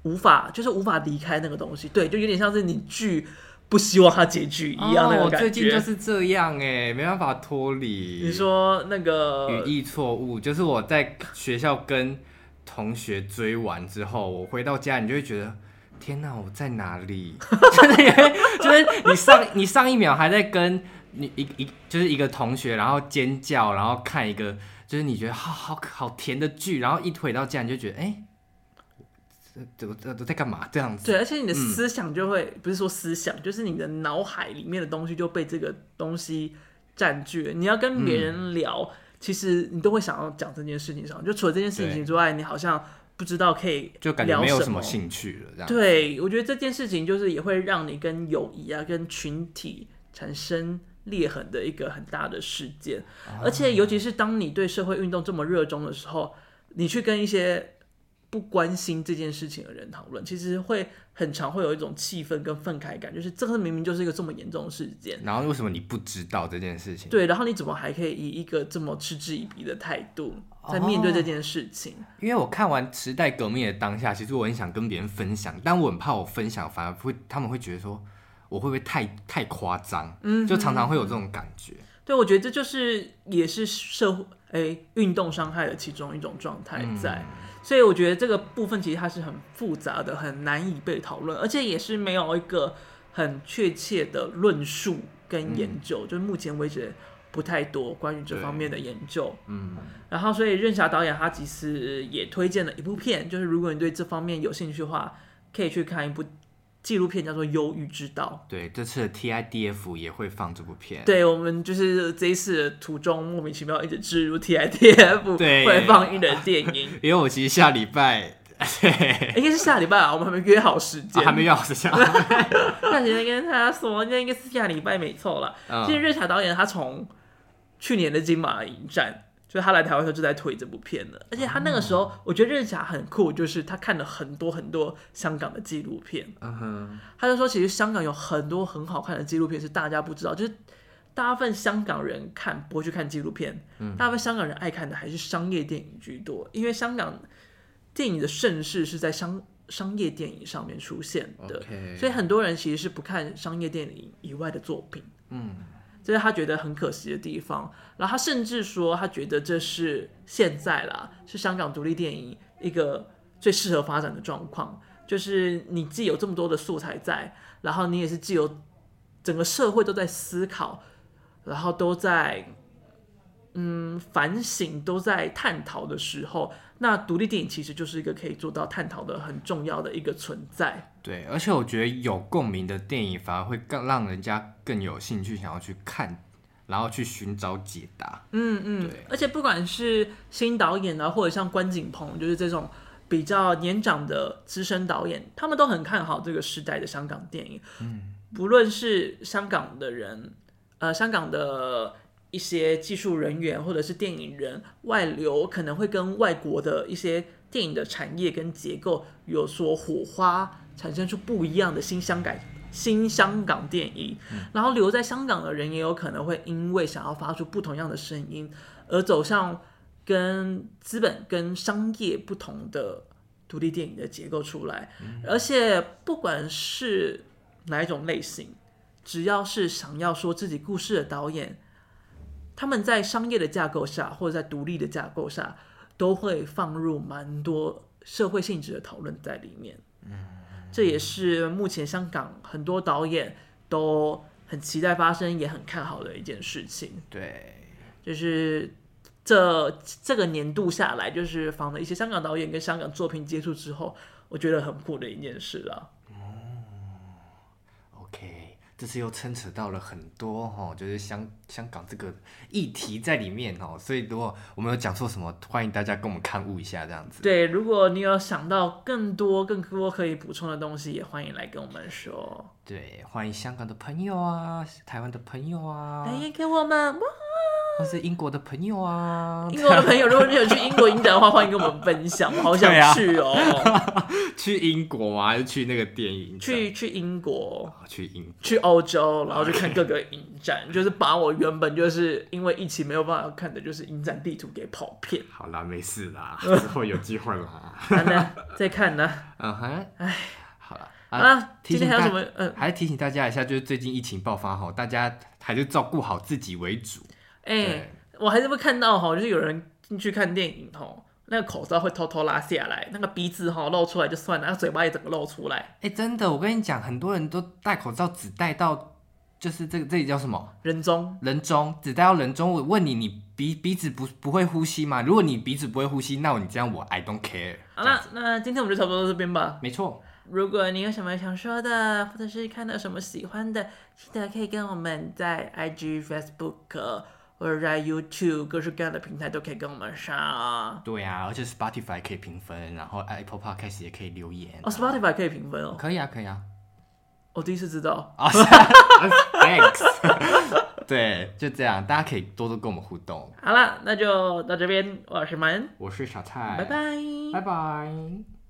Speaker 1: 无法就是无法离开那个东西，对，就有点像是你剧不希望它结局一样那
Speaker 2: 哦
Speaker 1: 种
Speaker 2: 我
Speaker 1: 感觉。
Speaker 2: 最近就是这样哎，没办法脱离。
Speaker 1: 你说那个
Speaker 2: 语义错误，就是我在学校跟同学追完之后，我回到家，你就会觉得。天哪，我在哪里？ 真的，就是你上你上一秒还在跟你一一就是一个同学，然后尖叫，然后看一个就是你觉得好好好甜的剧，然后一回到家你就觉得，哎、这这这都在干嘛？这样子，嗯
Speaker 1: 对，而且你的思想就会、不是说思想，就是你的脑海里面的东西就被这个东西占据了。你要跟
Speaker 2: 嗯
Speaker 1: 别人聊，其实你都会想要讲这件事情上。就除了这件事情之外，你好像不不知道可以
Speaker 2: 就感觉没有
Speaker 1: 聊什
Speaker 2: 什么
Speaker 1: 么
Speaker 2: 兴趣了，这样。
Speaker 1: 对，我觉得这件事情就是也会让你跟友谊啊、跟群体产生裂痕的一个很大的事件，而且尤其是当你对社会运动这么热衷的时候，你去跟一些不关心这件事情的人讨论，其实会很常会有一种气愤跟愤慨感，就是这个明明就是一个这么严重的事件，
Speaker 2: 然后为什么你不知道这件事情？
Speaker 1: 对，然后你怎么还可以以一个这么嗤之以鼻的态度在面对这件事情？
Speaker 2: 因为我看完《时代革命》的当下，其实我很想跟别人分享，但我很怕我分享反而会他们会觉得说我会不会太太夸张，嗯，就常常会有这种感觉。
Speaker 1: 对，我觉得这就是也是社会诶运动伤害的其中一种状态在，所以我觉得这个部分其实它是很复杂的，很难以被讨论，而且也是没有一个很确切的论述跟研究，就是目前为止不太多关于这方面的研究。
Speaker 2: 嗯，
Speaker 1: 然后，所以任霞导演他其实也推荐了一部片，就是如果你对这方面有兴趣的话，可以去看一部纪录片，叫做《忧郁之道》。
Speaker 2: 对，这次的 TIDF 也会放这部片。
Speaker 1: 对我们就是这一次的途中莫名其妙一直置入 TITF
Speaker 2: 对
Speaker 1: 会放映的电 影，
Speaker 2: 因为我其实下礼拜
Speaker 1: 应该是下礼拜啊，我们还没约好时
Speaker 2: 啊
Speaker 1: 间，
Speaker 2: 还没约好时间，
Speaker 1: 那今天跟大家说，那应该是下礼拜没错了。
Speaker 2: 嗯
Speaker 1: 其实瑞查导演他从去年的金马影战，就是他来台湾的时候就在推这部片了，而且他那个
Speaker 2: 哦
Speaker 1: 时候，我觉得瑞查很酷，就是他看了很多很多香港的纪录片，
Speaker 2: 嗯哼，
Speaker 1: 他就说，其实香港有很多很好看的纪录片是大家不知道，就是大部分香港人看不会去看纪录片，大部分香港人爱看的还是商业电影居多，因为香港电影的盛世是在商商业电影上面出现的
Speaker 2: OK
Speaker 1: 所以很多人其实是不看商业电影以外的作品，
Speaker 2: 嗯，
Speaker 1: 这是他觉得很可惜的地方。然后他甚至说，他觉得这是现在啦，是香港独立电影一个最适合发展的状况，就是你既有这么多的素材在，然后你也是既有整个社会都在思考，然后都在嗯反省、都在探讨的时候，那独立电影其实就是一个可以做到探讨的很重要的一个存在。
Speaker 2: 对，而且我觉得有共鸣的电影反而会更让人家更有兴趣，想要去看，然后去寻找解答。
Speaker 1: 嗯嗯
Speaker 2: 对，
Speaker 1: 而且不管是新导演啊，或者像关锦鹏，就是这种比较年长的资深导演，他们都很看好这个时代的香港电影。嗯，不论是香港的人，呃，香港的一些技术人员或者是电影人外流，可能会跟外国的一些电影的产业跟结构有所火花，产生出不一样的新香港。新香港电影，然后留在香港的人也有可能会因为想要发出不同样的声音，而走向跟资本跟商业不同的独立电影的结构出来。而且不管是哪一种类型，只要是想要说自己故事的导演，他们在商业的架构下，或者在独立的架构下，都会放入蛮多社会性质的讨论在里面。这也是目前香港很多导演都很期待发生，也很看好的一件事情。
Speaker 2: 对，
Speaker 1: 就是这这个年度下来，就是访了一些香港导演跟香港作品接触之后，我觉得很酷的一件事了。
Speaker 2: OK，这次又牵扯到了很多哈、哦，就是香香港这个议题在里面哦，所以如果我们有讲错什么，欢迎大家跟我们刊物一下这样子。
Speaker 1: 对，如果你有想到更多更多可以补充的东西，也欢迎来跟我们说，
Speaker 2: 对，欢迎香港的朋友啊，台湾的朋友啊
Speaker 1: 留，言给我们。哇
Speaker 2: 或是英国的朋友啊，
Speaker 1: 英国的朋友，如果你有去英国影展 的话，欢迎跟我们分享，我好想
Speaker 2: 对啊
Speaker 1: 去哦，
Speaker 2: 去英国啊吗？还是去那个电影？
Speaker 1: 去去英国。
Speaker 2: 哦去英
Speaker 1: 去欧洲，然后就看各个影展就是把我原本就是因为疫情没有办法看的，就是影展地图给跑遍。
Speaker 2: 好啦，没事 啦，之后有机会啦。
Speaker 1: 好呢，再看呢。
Speaker 2: 嗯哼，哎，好啊了
Speaker 1: 好啦，
Speaker 2: 提
Speaker 1: 啊今
Speaker 2: 醒
Speaker 1: 天还有
Speaker 2: 大
Speaker 1: 什么？嗯，
Speaker 2: 还是提醒大家一下，就是最近疫情爆发吼，大家还是照顾好自己为主。
Speaker 1: 哎、
Speaker 2: 对
Speaker 1: 我还是会看到哈，就是有人进去看电影吼，那个口罩会偷偷拉下来，那个鼻子哈露出来就算了，那嘴巴也整个露出来，
Speaker 2: 哎、真的，我跟你讲，很多人都戴口罩只戴到，就是这个这里叫什么
Speaker 1: 人中。
Speaker 2: 人中，只戴到人中。我问你，你鼻鼻子不不会呼吸吗？如果你鼻子不会呼吸，那你这样我 I don't care。
Speaker 1: 好了，那今天我们就差不多到这边吧。
Speaker 2: 没错，
Speaker 1: 如果你有什么想说的，或者是看到什么喜欢的，记得可以跟我们在 IG、Facebook 或或者在 YouTube 各式各样的平台都可以跟我们上。啊
Speaker 2: 对呀、而且 Spotify 可以评分，然后 Apple Podcast 也可以留言。啊
Speaker 1: 哦，Spotify 可以评分哦，
Speaker 2: 可以啊，可以啊。
Speaker 1: 我第一次知道。
Speaker 2: 啊、是啊，Thanks。对， 就这样，大家可以多多跟我们互动。
Speaker 1: 好啦，那就到这边，我是曼恩，
Speaker 2: 我是小蔡，
Speaker 1: 拜拜
Speaker 2: 拜拜。